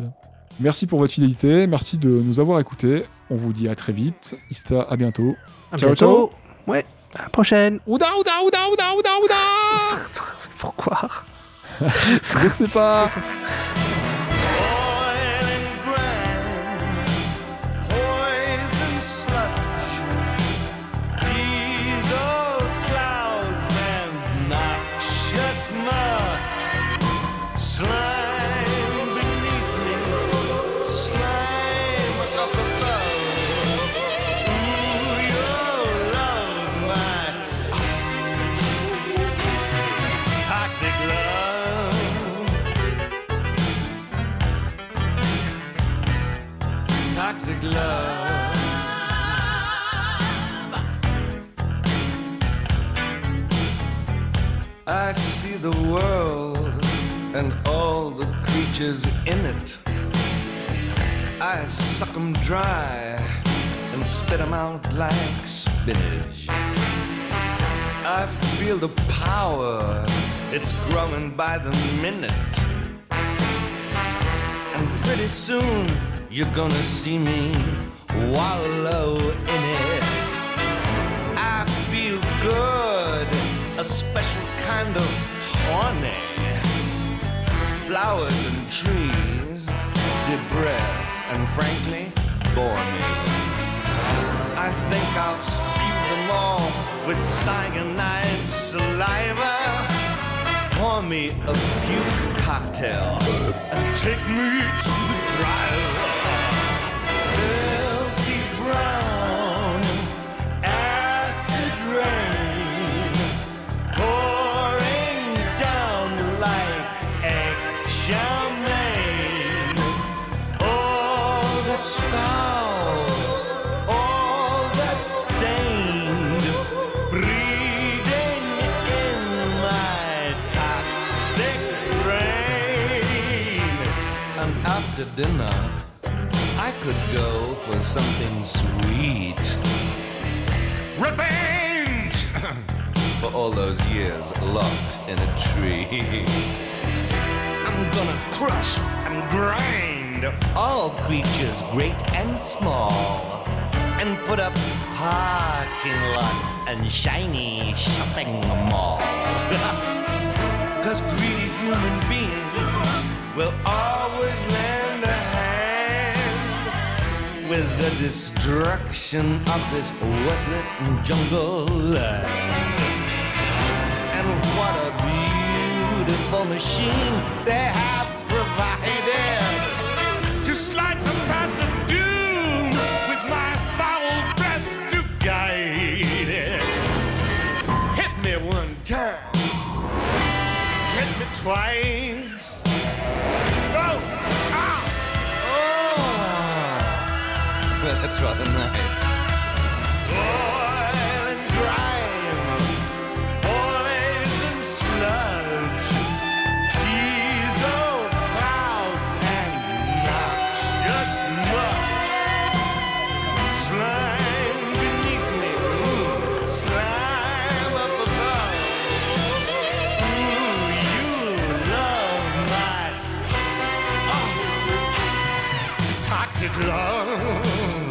S5: Merci pour votre fidélité, merci de nous avoir écoutés. On vous dit à très vite. Ista, à bientôt.
S6: À
S5: Ciao,
S6: bientôt. Ouais, à la prochaine.
S5: Ouda, ouda, ouda, ouda, ouda, ouda
S6: Pourquoi
S5: Je sais pas.
S8: Oil and grind, poison sludge, diesel clouds and noxious mud, slime beneath me, slime up above. Ooh, your love, my toxic love. toxic love. I see the world and all the creatures in it. I suck 'em dry and spit 'em out like spinach. I feel the power, it's growing by the minute. And pretty soon you're gonna see me wallow in it. I feel good, a special kind of horny. Flowers and trees, depress and frankly, bore me. I think I'll spew them all with cyanide saliva pour me a Buke cocktail and take me to the drive. Filthy brown, acid rain, pouring down like eggshell rain. All that's foul, all that's stained, breeding in my toxic brain. And after dinner, I could go for something sweet. Revenge! for all those years locked in a tree. I'm gonna crush and grind all creatures great and small and put up parking lots and shiny shopping malls. Cause greedy human beings will always lend a hand with the destruction of this worthless jungle land. And what a beautiful machine they have provided to slice apart the doom with my foul breath to guide. twice. Go! Ah! Oh! Well, that's rather nice. Oil and grime, poison sludge, diesel clouds and noxious mud. Slime beneath me, ooh, slime up above. Ooh, you love my oh, toxic love.